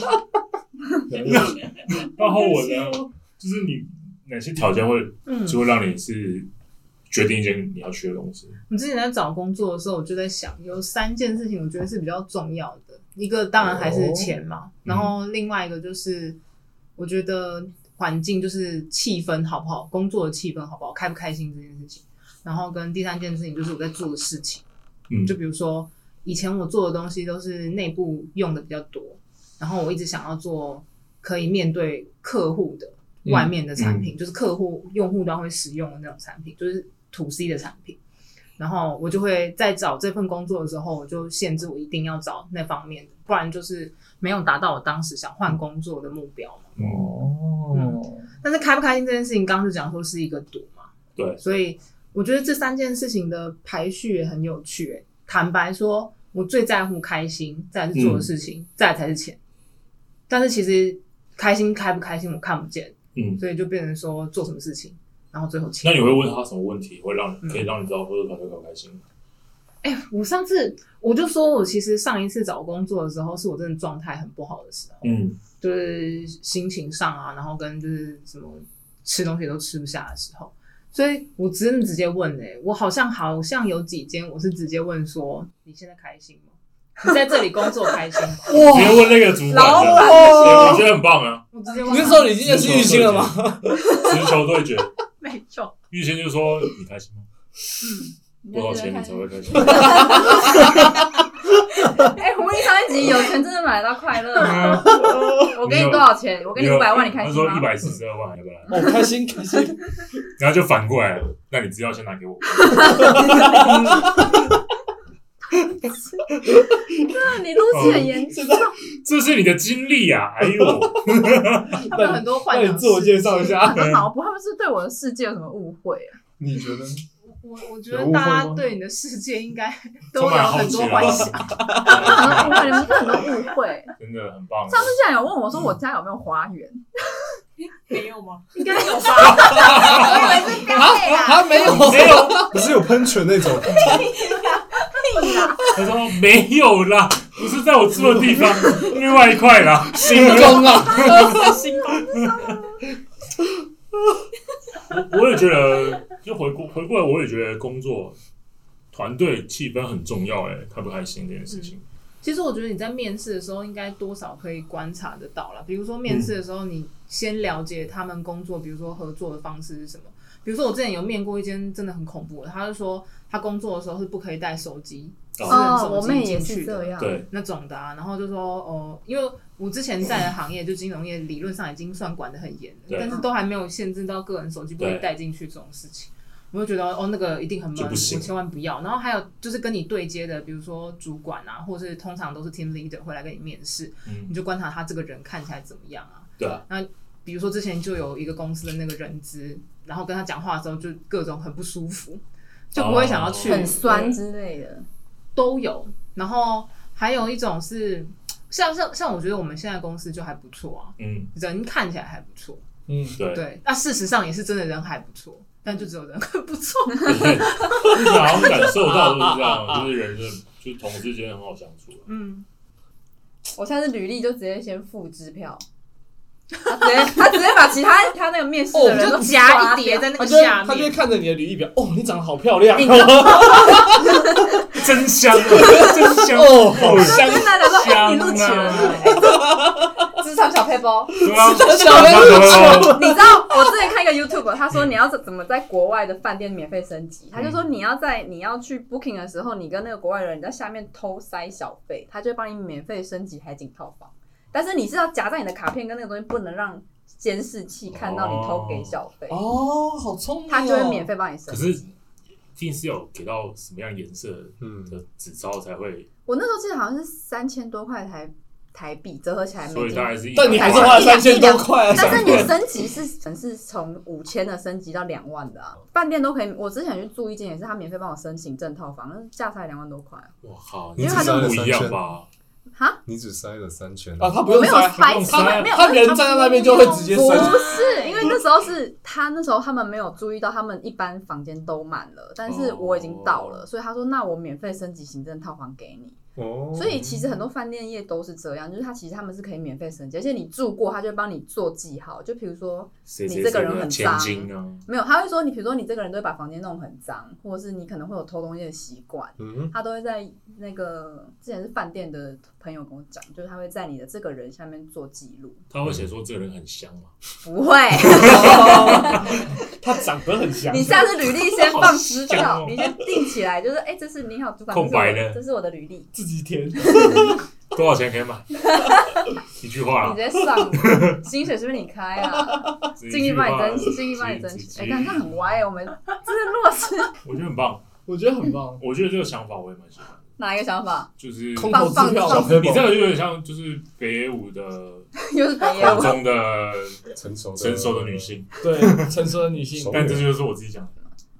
然后我呢，就是你哪些条件会
嗯，
就会让你是决定一件你要去的东西。
我之前在找工作的时候，我就在想，有三件事情我觉得是比较重要的。一个当然还是钱嘛，然后另外一个就是，我觉得环境就是气氛好不好，工作的气氛好不好，开不开心这件事情。然后跟第三件事情就是我在做的事情，
嗯，
就比如说以前我做的东西都是内部用的比较多，然后我一直想要做可以面对客户的外面的产品，就是客户用户端会使用的那种产品，就是土 C 的产品。然后我就会在找这份工作的时候，我就限制我一定要找那方面的，不然就是没有达到我当时想换工作的目标嘛。
嗯
哦，
但是开不开心这件事情，刚刚就讲说是一个赌嘛，
对
所以我觉得这三件事情的排序也很有趣、欸。坦白说，我最在乎开心，再来是做的事情，再来才是钱。但是其实开心开不开心我看不见，
嗯，
所以就变成说做什么事情，然后最后钱。
那你会问他什么问题，会让你可以让你知道说这团队开不开心？
哎、我上次我就说我其实上一次找工作的时候，是我真的状态很不好的时候，
嗯
就是心情上啊，然后跟就是什么吃东西都吃不下的时候，所以我真的直接问哎、我好像好像有几间我是直接问说你现在开心吗？你在这里工作开心吗？
直接问那个主管
老
的，
板
我觉得很棒啊，
我直接问
那
他
时候你今天是玉兴了吗？
直球对决。
没错，
玉先就说你开心吗？
你
多少
在
钱
这边
你
看
才会开心？
哎，狐狸上一集有钱真的买得到快乐吗？ 我给
没有
你多少钱？ 我给你五百万，你开
他
心
说
吗
一？百四十二万，要不 然，
我哦开心开心，
然后就反过来了，那你资料先拿给我。
那你录取很严重，
哦这是你的经历呀、啊！哎呦，
他们有很多幻
那
想。
你自我介绍一。下，啊
很好，不，他们是对我的世界有什么误会 啊？
你觉得？
我我觉得大家对你的世界应该 都有
充满好
很
奇
多幻想。
啊！
很多误会，你们是很多误会。
真的很棒。
上次竟然有问我说我家有没有花园，
没有吗？
应该有吧？我以为是
啊
标配啊。
啊没有，
没有，
不是有喷泉那种？
他说没有啦，不是在我住的地 方，另外一块啦。啊
心中啊，
我也觉得，就回过回过来，我也觉得工作团队气氛很重要、欸。哎，开不开心这件事情，
其实我觉得你在面试的时候，应该多少可以观察得到啦。比如说面试的时候，你先了解他们工作，比如说合作的方式是什么。比如说我之前有面过一间真的很恐怖的，他就说他工作的时候是不可以带手机私人
哦，
手
我
机
妹
进
也
去
是
的
这样，
对，
那种的啊，然后就说哦，因为我之前在的行业就金融业，理论上已经算管得很严了
对，
但是都还没有限制到个人手机不可以
对
带进去这种事情。我就觉得哦，那个一定很
就
闷，
不行
我千万不要。然后还有就是跟你对接的，比如说主管啊，或是通常都是 team leader 会来跟你面试，
嗯
你，就观察他这个人看起来怎么样啊。
对啊，
比如说之前就有一个公司的那个人资，然后跟他讲话的时候就各种很不舒服，就不会想要去，
哦
很酸之类的。
都有。然后还有一种是，像像像我觉得我们现在公司就还不错啊，
嗯，
人看起来还不错，
嗯，
对，
对，那事实上也是真的人还不错，但就只有人很不错。
就是好像感受到就是这样，就是 人是就是同事间很好相处啊。
嗯，
我下次履历就直接先付支 票，他直接他直接把其他他那个面试
哦
的
我
人
们
都
就夹
刷
一叠
掉
在那
他
个
就会
下
他就会
面，
看着你的履历表，哦，你长得好漂亮，
你
真香啊， 真香
哦
好 香
真的，他说哎，
香
你录取了
啊！
哎这，职场小配包。
对啊，
小人物
你知道我之前看一个 YouTube，他说你要怎怎么在国外的饭店免费升级，他就说你要在你要去 Booking 的时候，你跟那个国外人你在下面偷塞小费，他就会帮你免费升级海景套房，但是你是要夹在你的卡片跟那个东西，不能让监视器看到你偷给小费，
哦，好聪明、哦，
他就会免。费帮你升
可
级。
是一定是有给到什么样颜色
嗯，
的纸钞才会，
我那时候记得好像是三千多块台台币，折合起来
所
没
以
几
大
百
概。是一
但你还
百
是
块
花了三千多块、 啊，
但是
一
你
两
升级是可能是从五千的升级到两万的、啊，饭店都可以。我之前去住一间也是，他免费帮我申请正套房，那价才两万多块啊。
我靠，
因
你
为
只
他
是
就
不一样吧？
哈，
你只塞了三千
啊，
啊，
他不
我
用
没有
塞，他不
塞
用，
他
塞，
没有，
他人站在那边就会直接
不
塞。
是因为那时候是他那时候他们没有注意到，他们一般房间都满了，但是我已经到了，所以他说那我免费升级行政套房给你。
哦，
所以其实很多饭店业都是这样，就是他其实他们是可以免费升级，而且你住过，他就会帮你做记号，就比如说
谁
你
谁
这
谁
个人很
的千
脏
金
嗯
啊？
没有，他会说你，比如说你这个人都会把房间弄得很脏，或者是你可能会有偷东西的习惯，
嗯，
他都会在那个之前是饭店的朋友跟我讲，就是他会在你的这个人下面做记录，
他会写说这个人很香嘛？
不会，
他长得很像，
你下次履历先放支
好香
票，
哦
你先定起来，就是哎、这是你好主管，
空白的
这是我这是我的履历，你
自己填。
多少钱可以买？ 一句话啦，
直接上，薪水是不是你开 啊？尽力
一句话
帮你争取，尽力帮你争取，哎、但这很歪、我们真的落实
我觉得很棒，
我觉得很棒，
我觉得这个想法我也蛮喜欢的，
哪一个想法？
就是
空头支票
放
小
放
黑
你
宝
这，个就有点像就是北野武的
又是北业
口
务，
中的
成熟的
成熟的女，性，
对，成熟的女性
熟，
但这就是我自己讲的。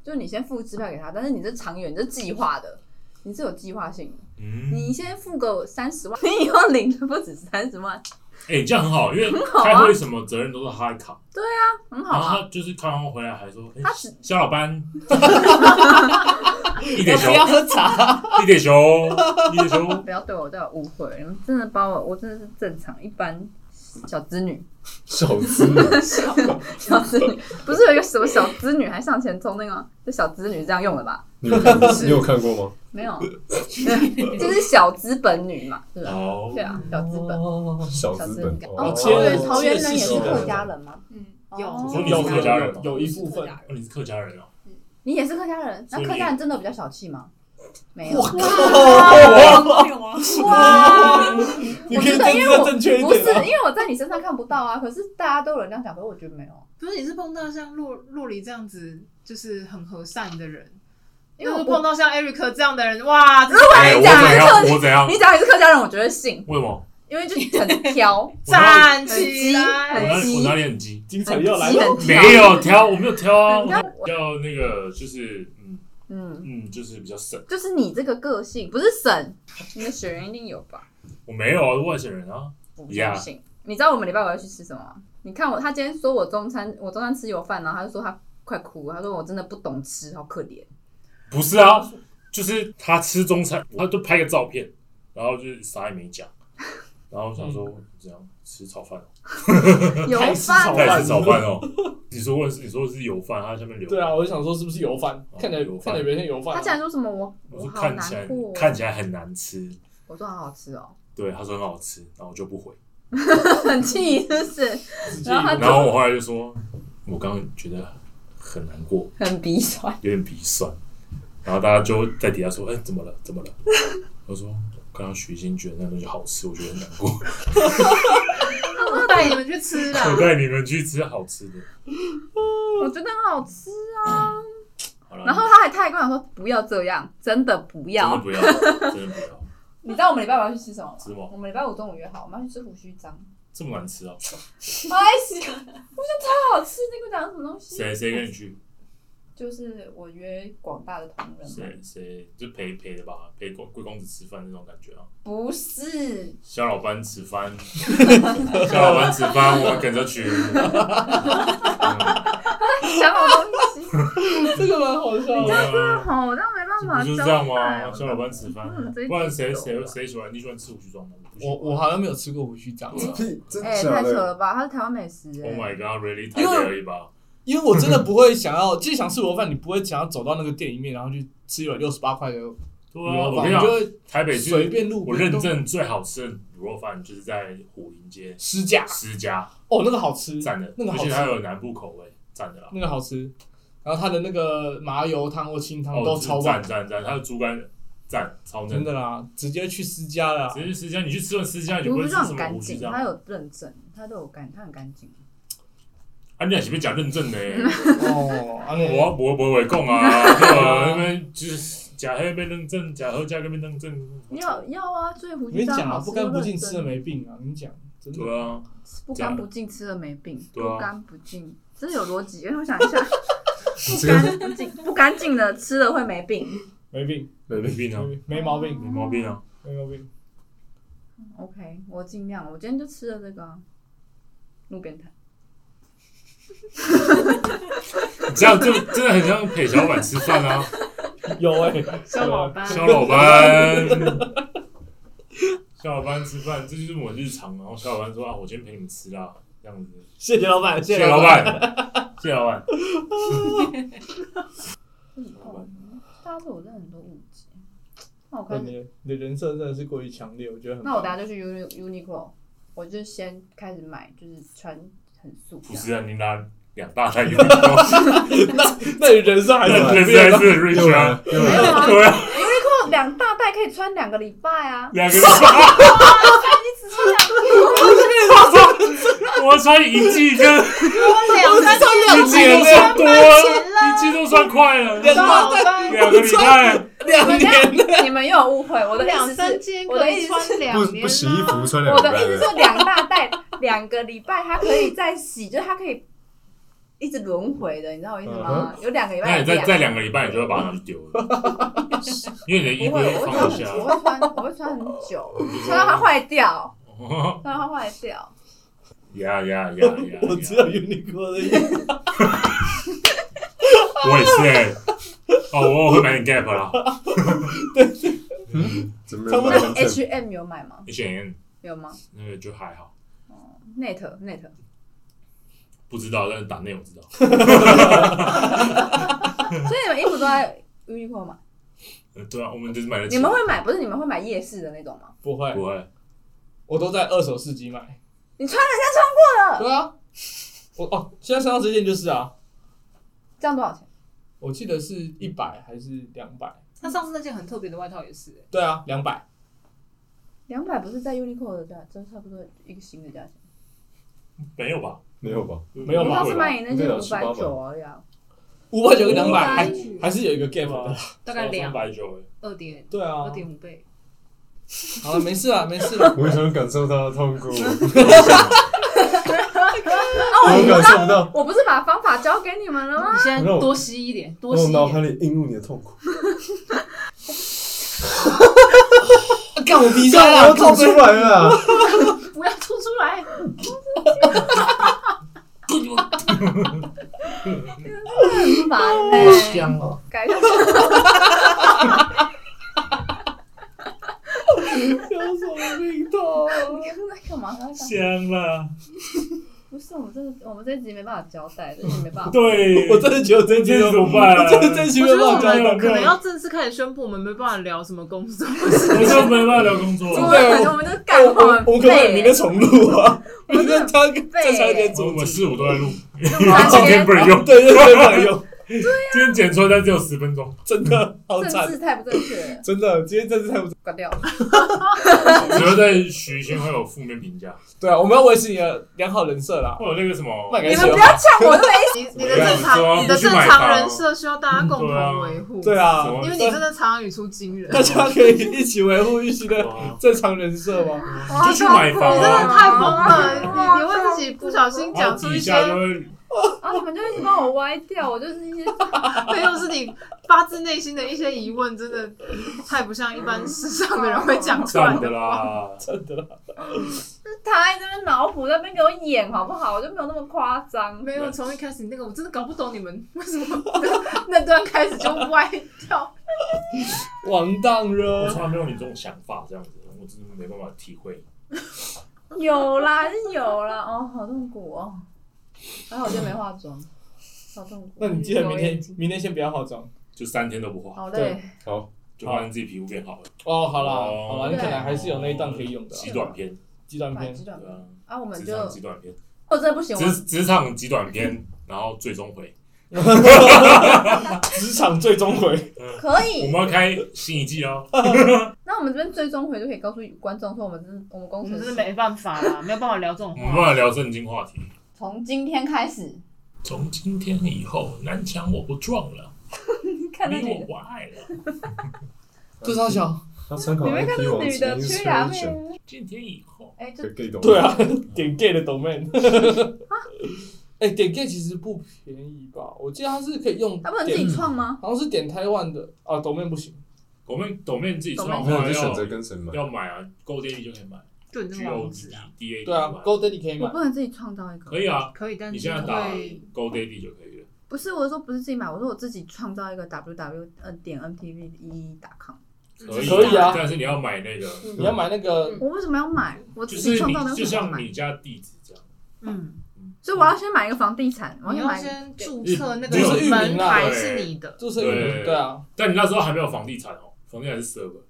就是你先付支票给他，但是你这长远，你这计划的，你是有计划性的。
嗯，
你先付个三十万， 你以后领的不止三十万，
哎、你这样很好，因为
好啊
开会什么责任都是他扛，
很好
然
啊。
后他就是开完会回来还说，哎、
他只
肖老班，
要
一点
不
熊，
要喝 茶？
一点熊，一点熊，
不要对我对我误会，你们真的把我，我真的是正常一般小资女，
小资女，
小资女不是有一个什么小资女还上前冲那个吗，就小资女这样用的吧？
你有看过你有看过吗？
没有，就是小资本女嘛，是吧？
哦
对，啊，小资本，
哦
小
小
资
资
本
本。
哦
哦，
切
桃
了
园桃园人也
切
是
了
客家人吗？
嗯，
有
哦
所以你
有
是客家人吗
有？有一部分，
哦，你是客家人哦，
你也是客家人，那
所以
客
你
家人真的比较小气吗？没有，
有吗？
你可以政治的正啊确一
不是
点吗？
因为我在你身上看不到啊，可是大家都有人这样讲，可是我觉得没有。
可是你是碰到像洛洛里这样子，就是很和善的人，
因为
要
我
是碰到像 Eric 这样的人，哇，这
哎、我
啊你
怎
讲还是客
样？
气
我怎样？
你讲你是客家人，我觉得信，
为什么？
因为就是很挑，
我哪
站起
我
很
哪
急，
来
里
急
我哪里很急？
精彩又来
急
了，
很挑。
没有挑，我没有挑啊，
你看
我叫那个就是嗯
嗯，
嗯，就是比较省。
就是你这个个性，不是省，你的血缘一定有吧？
我没有啊，外省人啊，
不相信。你知道我们礼拜五要去吃什么吗？你看我，他今天说我中餐，我中餐吃有饭，然后他就说他快哭了，他说我真的不懂吃，好可怜。
不是啊，就是他吃中餐，他就拍个照片，然后就是啥也没讲，然后我想
嗯
说这样吃炒饭哦，
有
太吃炒饭
饭
他也
啊
吃炒饭哦。你说问是你说是有饭，他下面留
对，啊，我就想说是不是油饭？看起来
油
看
饭
起来有点像油饭
他
啊。
竟然说什么我
我说
好
看起来
难过，哦
看起来很难吃，
我说好好吃哦，
对，他说很好吃，然后我就不回，
很气是不是？
直接
然后他
然后我后来就说，我刚刚觉得很难过，
很鼻酸。
有点鼻酸。然后大家就在底下说：“哎、怎么了？怎么了？”我说：“刚刚徐新觉得那东西好吃，我觉得很难过，
我带你们去吃
啊
啦。
我带你们去吃好吃的。
我觉得很好吃啊。”
好了，
然后他还太跟我说不要这样，真的不
真的
要。
不要，真的不要，
你知道我们礼拜五要去吃什么
吃什么
吗？我们礼拜五中午约好，我们要去吃胡须 章。
这么难吃啊！
哎，喜欢，我觉得超好吃。那个讲什么东西？
谁谁跟你去？
就是我约广大的同仁们，
谁谁就陪陪的吧，陪贵贵公子吃饭那种感觉啊。
不是
小老板吃饭， 小老板吃饭，我跟着去。嗯
想好东西，
这个蛮好笑
哦
的。
好，我这样没办法。
不 就是这样吗？小老板吃饭
嗯，这一集
不然谁谁
有
谁喜欢？你喜欢吃胡须装吗？不喜
我
欢
我好像没有吃过胡须章，
屁，真
哎、
假
太扯
的？
了吧！它是台湾美食哎、
Oh my god，really 台
因为
北而已吧？
因为我真的不会想要，就是想吃螺饭，你不会想要走到那个店里面，然后去吃一碗六十八块的螺
对啊，我
饭，
跟
你
你讲，
就
台北
会随
是
便路
我
边
认
都
证最好吃的卤肉饭，就是在虎林街
施价
施家
哦，那个好吃，
站的，
那个
而
好
且
吃
它有南部口味站的啦。
那个好吃。然后它的那个麻油汤或清汤
哦，
都超棒
赞，赞赞，它的猪肝赞超
真
嫩。
的啊啦，直接去施家啦。
只是施家，你去吃完施家，你就不
胡
会
须
吃
章
什
很
么
干
胡须
净，
章。
它有认证，它都有干，它很干净。
啊，你俩是不是讲认证的？欸
哦，啊，
我
我
我不会讲啊，对吧？那边就是食黑被认证，食好价格被认证。
要要啊，所以胡
你
须
们
章
讲啊，
好吃
不干不净吃了
又认
没病啊，你们讲真的。
对啊，
真不干不净吃了没病，
对啊
不干不净，这是有逻辑。因为我想一下，
哎
不干不净不干净的吃了会没病。
没病，
没病啊
没，病没毛病，
没毛病啊。
没毛病。
OK，我尽量，我今天就吃了这个啊路边摊。
这样就真的很像陪小老板吃饭啊，
有哎，
小老板，
小老板，小老板吃饭，这就是我日常。然后小老板说啊，我今天陪你们吃啦，这样子。
谢谢老板，
谢谢
谢
老。板，谢谢老板。
哦
嗯
大家对我真的很多误解。那我
对
开
哦
你
始，
的你的人设真的是过于强烈，我觉得很棒。
那我等下就去 Uni Uniqlo，我就先开始买，就是穿很素这
不
样。
是啊，你拿两大袋油糕，
那你人设还是
那
蛮
这
变
才
的。
是 rich 啊，
又
没
来，
有啊
对啊，
，Uniqlo 两大袋可以穿两个礼拜啊。
两个人。我穿一季跟一
两三
一
季
年
都算
了，
多了， 一季都算快了，
两
小
大
老板，
两个礼拜。
两
你
年
看，你们又有误会，我的意
两
思
三
是，
间
我
可
的
以
意思
穿两
不
年
不洗衣服
啦
穿两
我
个
的
半
意思
月，
是两大袋两个礼拜，它可以再洗，就是它可以一直轮回的，你知道我意思吗？有两个礼
嗯那你
拜有
再
两，
再两个礼拜，你就会把它拿去丢了，因为你的衣
不
服
会，
又
我会
放不
穿很，
下。
我会穿，我会穿很久，穿到它坏掉，穿到它坏掉。
呀呀呀呀！
我只有 Uniqlo 的衣服，
我也是欸。哦，我我会买点 Gap 啦。嗯
怎么没有
不
那
办
然
法
你 H M 有买吗？
，H N
有吗
那个就还好，
？Net Net，
不知道，但是打内我知道。
所以你们衣服都在 Uniqlo 吗？
呃对啊，我们就是买得起。
你们会买，不是你们会买夜市的那种吗？
不会，
不会？
我都在二手市集买。
你穿人家穿过，
对啊，我哦，现在三到这件就是啊，
这样多少钱？
我记得是一百还是两百？
他上次那件很特别的外套也是，
对啊，两百。
两百不是在 Uniqlo 的价，就差不多一个新的价钱。
没有吧？
没有吧？
没有
我
吧
上次买你那件
对啊
五百九而已啊，
五百九跟两百，还
590
还是有一个 gap 的。
大概两
百九
二点
对啊
二，点五倍。
好了，没事啊，没事 啦。
我也想感受到痛 苦，我感受不到，
我不是把方法教给你们了吗？
你现在
那我
多吸一点，多
哦我
吸一
脑海
点。
里映入你的痛苦，
啊干我鼻塞
我要
了，
吐
靠
出
背。
来 了啊，
不要吐出来！
很烦
哎
呢、
香哦！
改 天
有什么病痛？
你刚才干嘛？
香啦。
不是，我们这我们这集没办法交代，这集没办法。
对，
我真的觉得真
这
的
怎么办啊
我真的真心
我
没有
觉得我
办法交代
们可能要正式开始宣布，我们没办法聊什么工作。
我就没办法聊工作
我
真
了。
的
们感觉我们就是
哎
干
我
话
们
很
我们可不可以
废
明天
欸，
重录啊？我
我
们
们
再
真的
加
很废
正常一点啊
我
组
们
织。
四五都在录，
啊
我们
今天不能用。
对对对，没有用。
今天剪出来但只有十分钟，
真的好
政
惨，
治太不正确了，
真的，今天政治太不
关掉。
只会对许昕会有负面评价。
对啊，我们要维持你的良好人设啦。
会有那个什么，
麦
你
凯
们
瑟
不要呛我的美
你你的正常你的正常人设需要大家共同维护，
对
什
啊
么，
因为你真的常常语出惊人，
大家可以一起维护一起的
哦
正常人设吗？
好
就去买房啊
你真的太疯了，你你会自己不小心
然后
讲出
哦底
一些，
下就会
啊！你们就一直帮我歪掉，我就是一些
没有是你发自内心的一些疑问，真的太不像一般世上的人会讲出来
散
的
的。啦。
真的啦，
他在那边脑补，在那边给我演好不好？我就没有那么夸张。
没有，从一开始那个我真的搞不懂你们 为什么 那段开始就歪掉。
完蛋
我
了。
从来没有你这种想法，这样子，我真的没办法体会。
有啦，是有啦，哦，好痛苦哦。还好我今天没化妆，好痛苦。
那你记得明
揉眼
天
睛，
明天先不要化妆
就三天都不化，
哦
好累。
好，
就发现自己皮肤变好了。
哦。好啦，
哦
好啦，你可能还是有那一段可以用的啊
极短篇，
极短
买
篇
几。
对
短片
啊，
嗯
啊，我们
职
就
场极短篇，
哦，真的不行，我
职职场极短篇，然后最终 回。
职场最终回，
可
我
以。
们要开新一季哦，
那我们这边最终回就可以告诉观众说，我们真我们工
我
程
们真的
师
没办法啦，没有办法聊这种
我们
话。
要聊正经话题。
从今天开始，
从今天以后，南墙我不撞了，
看那
你
女
我
的，
不爱了。
这张小
他参考
你没
IP
看那
网
女
址
的
一
缺
是
牙
r
妹
a
吗？
今天以后，
哎，就
t 给懂
对啊，点 gay 的 domain。哎，点 gay 其实不便宜吧？我记得它是可以用
她不能自
点
己创吗？
好像是点台湾的啊，domain 不行。
抖妹抖妹自己创的
抖
没有
话
就选择
要
跟谁买，
要买啊，购电力就可以买
对，你
，G
这种
O
公
D
司啊，
D A
对啊，Go Daddy 可以
我
买。
不能自己创造一个，
可以啊，
可以，但
你
是
现在打
会
Go Daddy 就可以了。
不是，我是说不是自己买，我说我自己创造一个 ww 呃点 mtv 一 com。
可以
可以啊
但是你要买那个，
你要买那个
我为什么要买？我自
就
己
是
创造
你
那
就
为什么要
像
买？
你家地址这样，
嗯，
所以我要先买一个房地产，我
你
先
要
买一个
先注册那
就是域名
个
啊
啦
门牌是你的，
注册名，
对
对啊，
但你那时候还没有房地产哦，房地产是 server，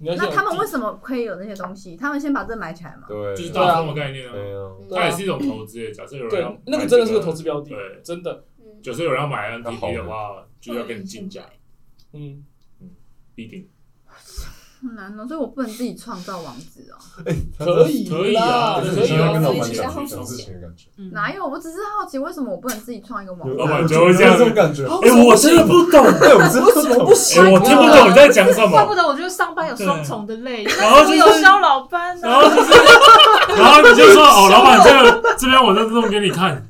你要先
那
有
他们
地
为什么可以有那些东西？他们先把这买起来嘛。
对，
就是
对啊
大风的概念
对
啊。
啊，
对啊
它也是一种投资诶，假设有人要
对
买，
那个真的是个投资标的，
对，
真的，
嗯，
假设有人要买 NTP 的话，就要跟你竞价，
嗯，
必定
很难哦，所以我不能自己创造网址哦。
可以
可以
啦，
啊
但是
可
你
以
现在跟
啊
老
所
板
以
讲
其实
讲事情的感觉，
嗯
哪有？我只是好奇，为什么我不能自己创一个网
老
址？
啊
哦
板就会这样
有种感觉。
哎我真的
不懂，哎，我真的不懂，不
哎，我听不懂你在讲什
怪不
么，
得我觉得上班有双重的累，
然后就
因为
是
有肖老班
然
啊，
后就是，然后你就说哦，老板这个这边我再弄给你看，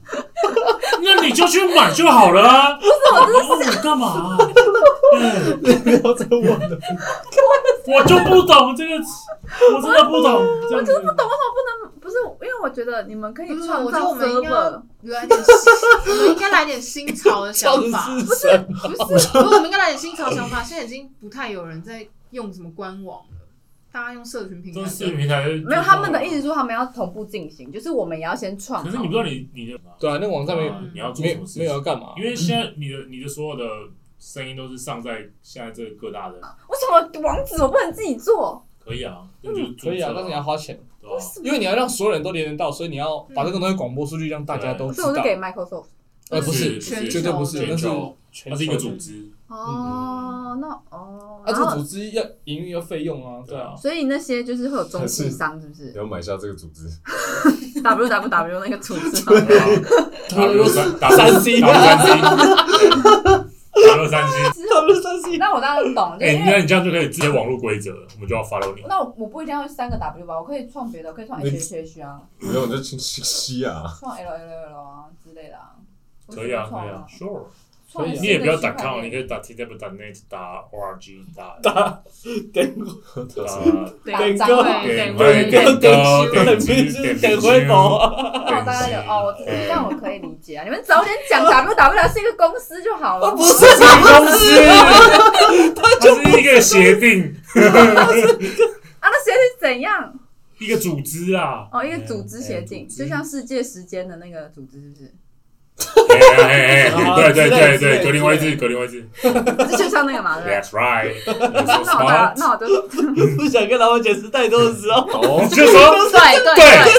那你就去买就好了啊，不是我你干嘛啊？嗯
要再问了。
我就不懂这个，我真的不懂，我真的不懂。
不是，因为我觉得你们可以
不是
创
我觉得
造
我们应该
server。
来点新，我们应该来点新潮 的想法，
创世神
不是，不是，我们应该来点新潮想法。现在已经不太有人在用什么官网了，大家用社群平
这
台
种视频平台
没有，他们的意思说他们要同步进行，就是我们也要先创。
可是你不知道你你的
对啊，那个网站没有
嗯
啊你要做
没
什
有
么事
没
情
有要，干嘛？
因为现在你的你的所有的声音都是上在现在这个各大的，
为什么网址我不能自己做？
可以啊，那你就注册
可以啊，但是你要花钱，
对啊吧
因为你要让所有人都连得到，所以你要把这个东西广播出去，让大家都知
所以我就
道。
给 Microsoft。
呃，不是，
是全
绝对不是，那
全
是
球
全
它是一个
球
组织，
哦，那哦，
啊，
然
这个
后
组织要营运要费用啊，对啊，
所以那些就是会有中
还
智
是
商，是不是
你要买下这个组织，
？W W W 那个组织吗，
对啊，打入三打入
三 C
打入三 C，打入三 C，
他们三星
那我当然懂，就
哎
因，
那
为
你这样就可以直接网络规则了，我们就要 follow 你。
那我我不一定要三个 W 吧，我可以创别的，我可以创
你
H H H 啊，
然后我就去西啊，
创 L L L 啊之类的啊。我
可以啊，可
随便创
以啊，Sure。
创
可以啊
新的
你也不要
区块
打 com，
链
你可以打 tw 打 net 打 org 打打
点
他是
打
等
打
个
张
对
点
点
回点高
点
点
点
击
点
点
点回眸，
哦，大家有哦，我这样我可以理解啊。你们早点讲 W W 是一个公司就好
哦
了。
不是
这是公司，它是一个协定，
啊，那协定怎样？哦
一个组织啊。
哦，一个组织协定，
嗯
就像世界时间的那个组织，是不是？
哎 哎哎，对对对
之类
对，
之类
格林威治，格林威治
是就像那个嘛，对不对
，That's right，你
那
说
我
smart，
大那我 就
不想跟老板解释太多的时候，
哦，就说
对
对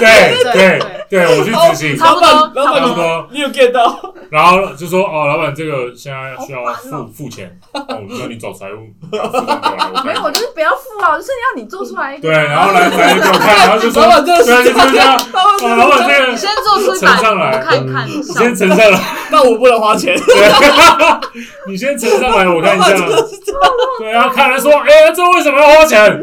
对
对，
对对，我去执行，
哦
差不多，
老
差不
板，
多，
你有 get 到？
然后就说哦，老板这个现在需要付付钱，哦，那你找财务，然后付钱过来，我
没
看
有，我就是不要付啊，我就是要你做出来一个。
对，然后来来给我看，然后就说
老，板真的
对，
是
就这样，哦，老板这
你
个
先做出一版，
呈上来嗯
我看看。效果
先呈上来，
但我不能花钱，
你先呈上来，我看一下，对啊，看来说，哎，这为什么要花钱？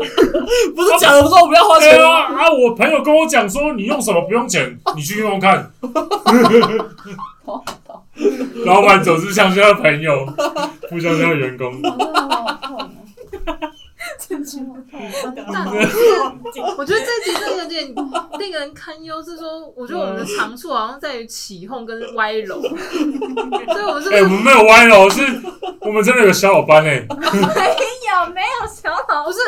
不是讲了说我们要花
对
钱
啊
吗？
啊！我朋友跟我讲说，你用什么不 用钱，你去用用看。老板总是相信他的 朋友，不相信他的员工。
我真的好痛哦，真的好痛。
但是 我觉得这集真的有点令人堪忧，是说，我觉得我们的长处好像在于起哄跟歪 楼，所以我们是不
哎、
是
我们没有歪楼，是我们真的有个小伙伴哎、
没有没有小脑，
不是？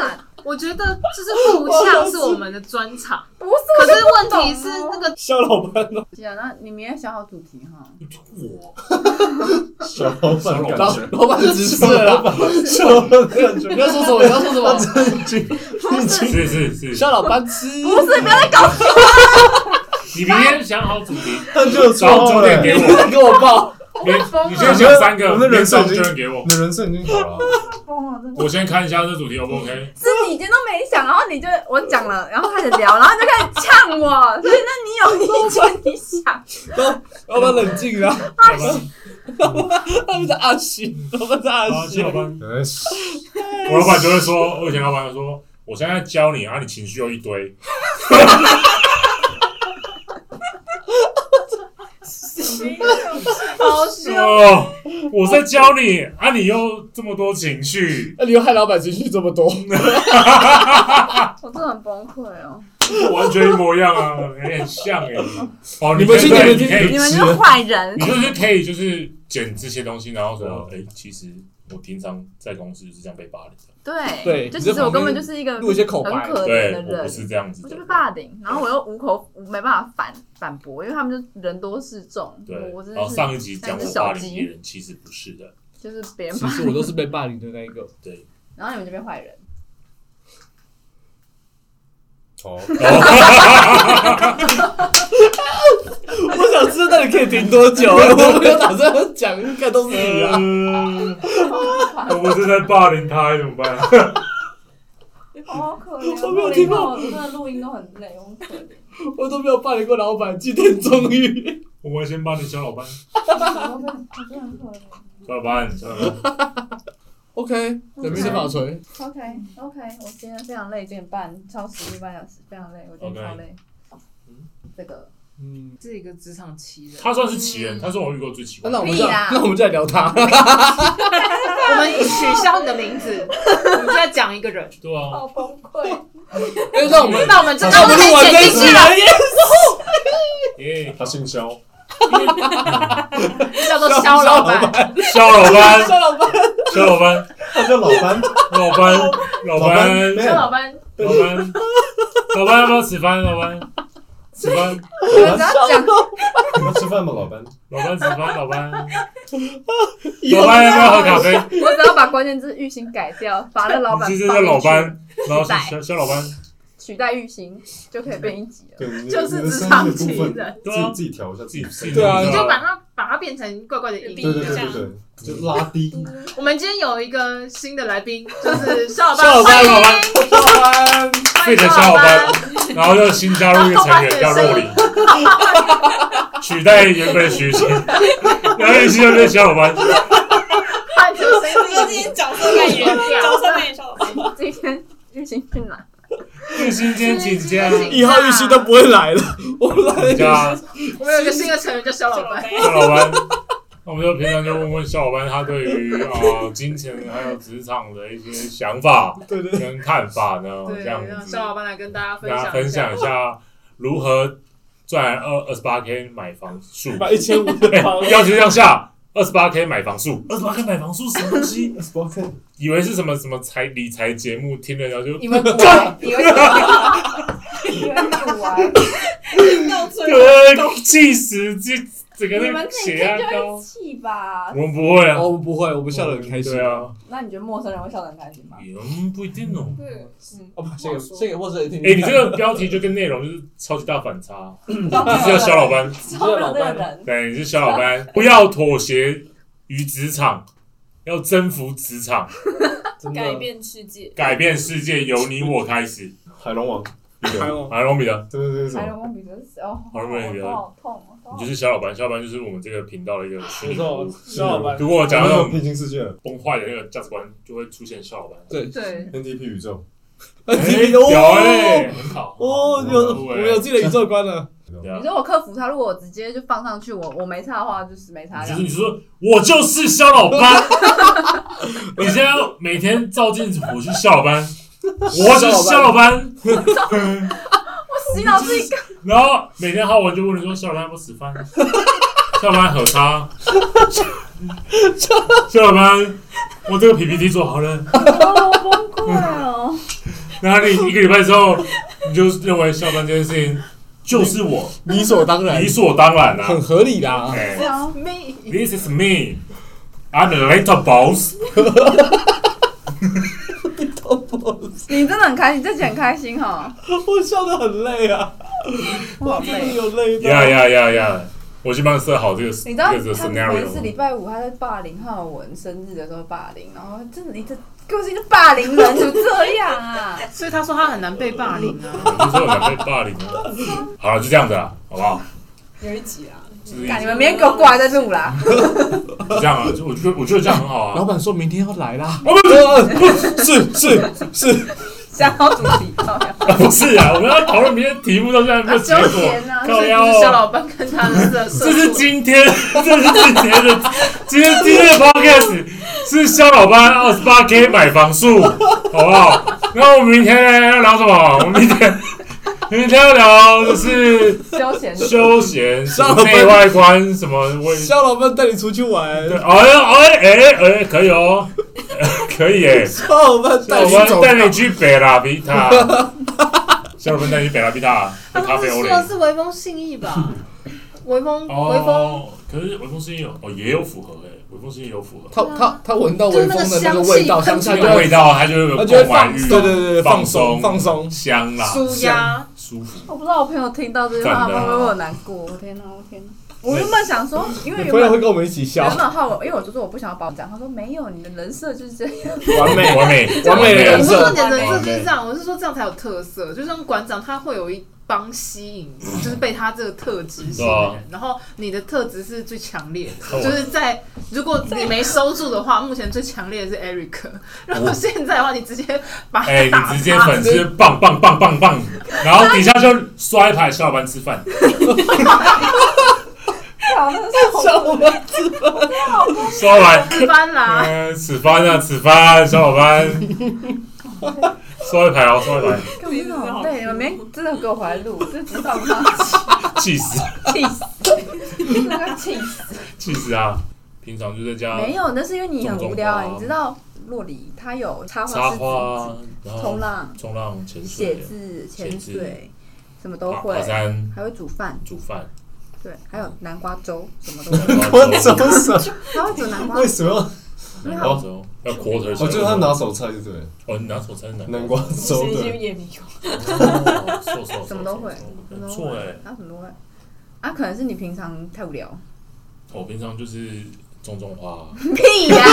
我觉得就是互呛是我们的专 长，
不是，
可是问题是那个
肖老板，
是啊，那你明天想好主题哈。
我
小老板感
老
觉，
老板直视了啦，
小老板感觉
你要说什么？你要说什么？
是是是，
肖老板吃，
你明天想好主题，
他就
然后重
超
点给我，
给我报，
你你先想三个，
我们的
连
人生
上
已经
就给我
你。的人生已经好了啊，
疯了，真的
我先看一下这 主题 O 不 OK？
是你今天都没想，然后你就我讲了，然后开始聊，然后就开始呛我，所以那你有你就你想，
老板冷静啊！
好吧，
他们是阿信，老板是阿
好
信
小伙，伴，
哎，
我老板就会说，我以前老板就说，我现在教你啊，你情绪又一堆。
好凶，
哦，我在教你啊，你又这么多情绪，
那你又害老板情绪这么多，
我真的很崩溃哦。
完全一模一样啊， 有点像哎。哦，
你们去
可以
你们去
可以
你们就是坏 人
你，就是可以就是剪这些东西，然后说，哎，其实我平常在公司就是这样被霸凌的，
对
对
就
你
其
在
实我
旁边
根本就是一个很
录一些口白
可怜
对
的
我不
人，
是这样子
我
的
就被。霸凌，然后我又无口没办法反反驳，因为他们就人多势众，
对
我真，
然
的
后
是
上一集讲我霸凌别人，其实不是的，
就是别人
其，实我都是被霸凌的那一个。
对。
然后你们就变坏人，
好，
我想知道到底可以停多久，啊 我没有打算讲，应该都是你啊。
嗯我是在霸凌他，怎么办？
好可怜。哦
我没有听过
我真的录音都很累，我很可怜。
我都没有霸凌过老板，今天终于。
我们先霸凌小 老板，
我真的很可怜。
小老板，小老板，
OK，人民是法锤，
OK OK，我今天非常累，九点半超时一半小时，非常累，我今天超累。这个
嗯，
是一个职场奇人。
他算是奇人，他是我遇过最奇怪
那
的。
我们就
屁啦
那我们就来聊他。
啊
我们取消你的 名字，我们就要讲一个人。
对啊，
崩溃。
哎，那我们
那我们真的
那我们录完这一啊集
啊
了耶，
耶，
他姓肖，
叫做肖老板，
肖老 板，
肖老板，
肖老板，
他叫老班，
老班，老班，
没
肖
有
老板
老班，老班要不要吃饭？老班，吃饭，
我
老班，
只要讲
你们吃饭吗？老班，
老班吃饭，老班，
以
老
后
班要不要喝咖啡？
我只要把关键字玉兴改掉，把那老板
你是
放
这个
进去
老班，然后是肖肖老班，
取代玉兴，就可以变一级了。
对，你的
就
你
是
的
职
生
场
日
奇
部分
人，
对
自
啊
己自己调一下，自己
自己
对啊
你就把它把它变成怪怪的音
对对
这
对对
样。
对，就拉低，
我们今天有一个新的来宾，就是肖老
肖
板，
老板
欢迎
老板
欢迎
自己的肖老板，然后又新加入一个成员叫若琳，取代原本的徐 星，然后一起就变肖老班，
换成
谁说今天角色扮演？角色扮演小老板。
今天玉兴去哪？
这个新天请假，
以后玉溪都不会来了， 我们来
请假。
我们有一个新的成员叫肖
小
老
老
板
板。。
肖老班，那我们就平常就问问肖老班他对于啊、呃金钱还有职场的一些想法
对对，
跟看法呢，
对，
这样
让
子
肖老板来跟大家分
跟大家
享一
分
下
享一。下如何赚二二十八 k 买房数，
把一千五的
哎
房，
要去向下。二十八 k 买房数，二十八 k 买房数什么东西？
二十八 K，
以为是什么什么财理财节目，听了然后就
你们果
以为是我，
到最后，
呃气死，这整个
你
啊那
们
个
自己
血
看
压
就
高
会。气吧
我？们不会啊，
哦，不会，我们笑得很开心。
对，啊，
那你觉得陌生人会笑得很开心吗？
也嗯不一定哦。
对，嗯，
哦，不，先给先给陌生人听。
哎，你这个标题就跟内容就是超级大反差。你是要小老班，
超热 的人，
对，你是小老班，不要妥协于职场，要征服职场，
真的
改变世界，
改变世界由你我开始。
海龙王，
还有
啊，罗米的，
对对对，什
还有
么？
忘比的是哦，
好容易觉得
头好痛哦，头好
你
痛
就是小老班，小老班就是我们这个频道的一个虚
没
拟
错，
人物
肖老板
如果我讲到那
到
种
平行世界了
崩坏的那个价值观，就会出现小老班。
对
对，
，NDP 宇宙，
哎
有哎，
哦
很好
哦，有我们有自己的宇宙观了。
啊
你说我克服他，如果我直接就放上去，我我没差的话，就是没差
就
这样
是。你说我就是肖老班， 你现在要每天照镜子，我是肖老班，我是肖老班，
我洗脑自己
然后每天浩文就问你说肖老班有没有吃饭，肖老班很差，肖老班，我这个 PPT 做好了，
好崩溃哦！
然后你一个礼拜之后，你就认为肖老班这件事情就是我
理所当然
理，所当然啦、
很合理啦。
哎
对啊，
This is me. I'm the little boss.
你真的很开心，这集很开心哈，
我笑得很累啊，
我好
真的
累。
有累到。
呀呀呀呀！我去帮你设好这个
你知道
这个
他每次
scenario。
礼拜五他在霸凌浩文生日的时候霸凌，然后真的你这个性就霸凌人，怎么这 样啊？
所以他说他很难被霸凌啊。
我就说我想被霸凌 了。好了，就这样子了，好不好？
有一集啊，
就是
干你们明天给我过来再 录啦！
就这样啊，就我觉得我觉得这样很好
老
啊。
板说明天要来啦，
哦不是
是是是，
想好主题，靠呀
不是啊，我们要讨论明天题目到现在没有
啊
结
纠
果
结，呢。
靠腰
就是肖
哦。
老板跟他的社
这
社
是
畜，
今天， 这是今天的今天今天的 podcast 是肖老班二十八 K 买房数， 好不好？那我们明天要聊什么？我们明天 明天要聊的是。
休 闲
休闲、什
肖
么
老板
内外观什么我
肖老板带你出去玩
对，，哎呀哎哎哎，可以哦， 可以哎，
肖老板带
我
你
们
走。
带你去北拉比塔， 小老板带你去北拉比塔
他
喝咖
不
啡
是
欧
说
蕾。
的是微风信义 吧？微风，微风，
哦，可是微风声音有哦，也有符合哎，微风声音有符合，
他他他闻到微风的那个味道，
就是那个
当
香气
下
那
就
个味
会，
道它就有
他
个
就会
空怀
放，
欲，
对对对对，放松
松
放松。
香啦，
舒压，
舒服。
我不知道我朋友听到这句话，他
真的啊
们会不会有难过？我天哪，我天哪！我原本想说，因为
你
原
朋友会
本
跟我们一起笑
原，本浩文，因为我就说我不想要把我讲，他说没有，你的人设就是这样。
完美
完美，
完 美的
我不
人
是
设
说你的人设就是这样，我是说这样才有特色。就像馆长，他会有一帮吸 引，就是被他这个特质吸引的
对啊
人。然后你的特质是最强烈
那
的，
我
就是在如果你没收住的话，目前最强烈的是 Eric。然后现在的话，你直接把
哎，
他打
你直接
趴
粉 丝棒棒棒棒棒，然后底下就刷一排小伙伴吃饭，
好，真的是好
笑我们
刷 完
吃饭啦。
嗯，此番啊，此番，小伙伴，收一排哦，收一排，
干嘛呢对，你们明天真的给我回来录，这集放上去，
气死，
气 死，那个气死。
气死啊！平常就在家
没有，啊那是因为你很无聊啊。
啊种种花
你知道洛里他有插
插
花、
花，啊然后
冲浪、
冲浪、潜
写
水、
字、
写
潜
字啊
水，什么都
爬
会
爬，山、
还会煮饭，
煮饭。
对，还有南瓜粥，什么都会。
哦
我走什么？
他会煮南瓜
为什么？
南瓜粥要 quarter，
哦，就是他拿手菜，对不对？
哦，你拿手才是南
南瓜粥
一些
的，
也没有，
哦瘦瘦瘦
什么都会
瘦瘦
什
不
么都
错
会
哎。
啊，什么都会。啊，可能是你平常太无聊。
我平常就是种种花，
屁呀、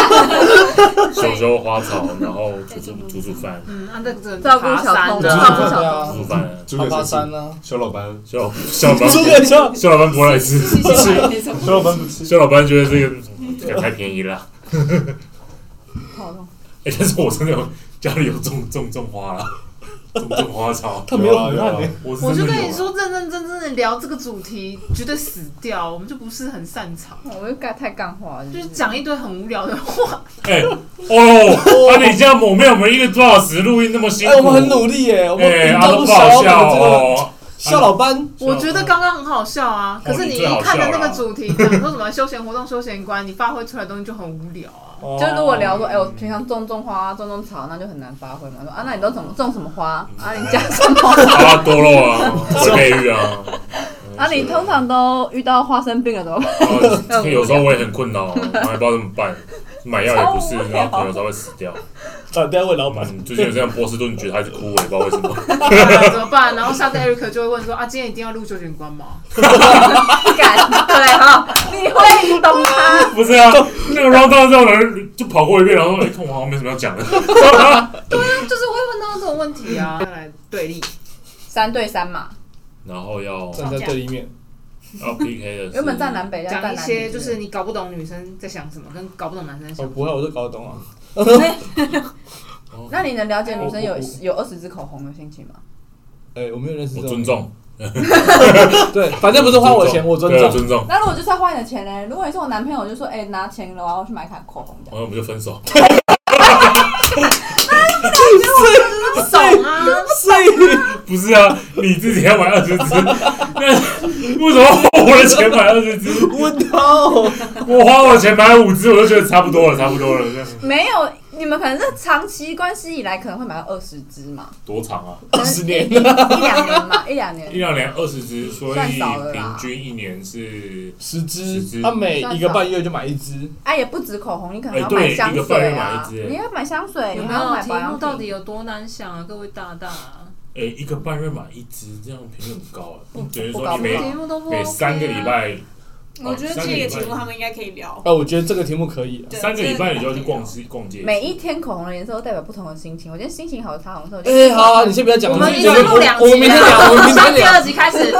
修修花草，然后煮煮煮煮饭，
嗯， 那这个
照顾小
山
通，
对
的
啊
照顾
对
小
啊
通。
煮饭。
猪给谁吃？
呢？
小老班，
小小老
诸
板，
葛亮，
小老板不来吃。
谢谢买那种
小老班不吃。
肖老板觉得这个这个太便宜了，
好痛
哎、但是我真的有家里有种种种花啦，种种花草，
他没有很
有啊
烂
有啊
欸，
我是
我就
真的
跟
有
你说，认认真真的聊这个主题，绝对死掉。我们就不是很擅长，
我就干太干话了，
就是
是
讲一堆很无聊的话。
哎、哦，啊，你这样猛妹，我们一个多小时录音那么辛苦，
哎，我们很努力耶，我们
哎、
营
啊
造
都
出
不
小
好
老
笑
板的这个
哦，
肖老班，
我觉得刚刚很好笑啊，可是你一看的那个主题，讲说什么休闲活动、休闲观，你发挥出来的东西就很无聊啊。
就
就如果聊说，哎、我平常种种花、种种草，那就很难发挥嘛。说啊，那你都怎么种什么花啊？你家什么？
啊多肉啊，会培育啊，嗯
啊，你通常都遇到花生病了怎么办？
然后这啊个有时候我也很困扰，我也不知道怎么办，买药也不是，然后可能有时候会死掉。
啊，不要问老板，
嗯，最近有这样波士顿觉得它是枯萎，不知道为什么。
啊
怎么办？然后下次 Eric 就会问说啊，今天一定要录九点关吗？
不敢，对哈，你会懂他。
不是啊，那个 round down 这种人就跑过一遍，然后说哎，看我好像没什么要讲的。
就是会问到这种问题啊。再来对立，
三对三嘛，
然后要
站在对立面，
要 PK 的是，
原本站南北，现在
讲
站
一
南
些
北
就是你搞不懂女生在想什么，跟搞不懂男生在
我
想什
哦不会，我都搞得懂啊。
哦
那你能了解女生有
哦
我我
有二十支口红的心情吗？
哎，我没有认识这
我
种
尊，重，
对，反啊正不是花我钱，我尊
对
重
我。尊重。
那如果就是要花你的钱呢？如果你是我男朋友，我就说哎、拿钱了，我要去买卡口红的。
然后我们就分手，
不懂啊，
不是啊？你自己要买二十支， 那为什么花我的钱买二十支？
我
哦
操！
我花我的钱买五支，我就觉得差不多了，差不多了。这样
没有，你们可能是长期关系以来可能会买到二十支 嘛，
多长啊？
二
十年
一一两年嘛，一两
一
年。
两年二十支，所以
算少了啦
平均一年是
十
十
支，
支
他每一个半月就买一支，
哎、也不止口红，你可能
哎
要
对
买
一
香
个半
水
月
啊，
买一支哎
你要买香水，
有
你
没
还要
有
买
题
保养
目
品
到底有多难想啊，各位大大啊？
诶、一个半月买一支，这样频率很高哎、等于
不
说
高
你
不
每
高
题目都不 OK
每
啊
三个礼拜，
我觉得
三
这
礼
个
拜
题目他们应该可以聊。
哎，我觉得这个题目可以啊。
对
三个礼拜你就要去逛。
这个
街逛街，
每一天口红的颜色都代表不同的心情。我今天心情好，擦红色。我就
哎，好啊，你先不要讲，
我们
们
已
就
经录
啊
两集了啊
我们明天讲，我 们明
从
天
第
讲。
二集开始，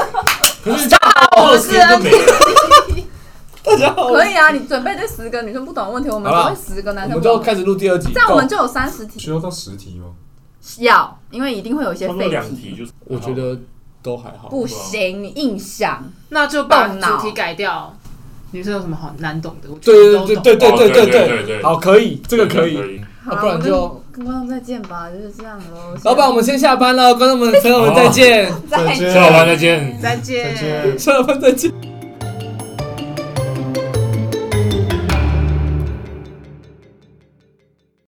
可是二十天就没了，
大家好，
可以啊，你准备这十个女生不懂的问题，我们
好
准
啦
备十个
我
男生
们
不
就
懂的问
开
题，
始录第二集。
这样我们就有三十题
需要到实体吗？
要，因为一定会有一些
差不多
废
两
题。
题就是。
我觉得都还好。
不行，你硬想。
那就把
动脑
主题改掉。女生有什么好难懂的？我觉得
对
都
对
懂。
对对对
哦对
对对
对对
好，可以，这
这
个可以。
好
啊不然
我跟
就
跟观众再见吧，就是这样喽。
老板，我们先下 班了，观众们、朋友们再见，
再见
下班再见。
嗯再
再
见
见。
下班再见。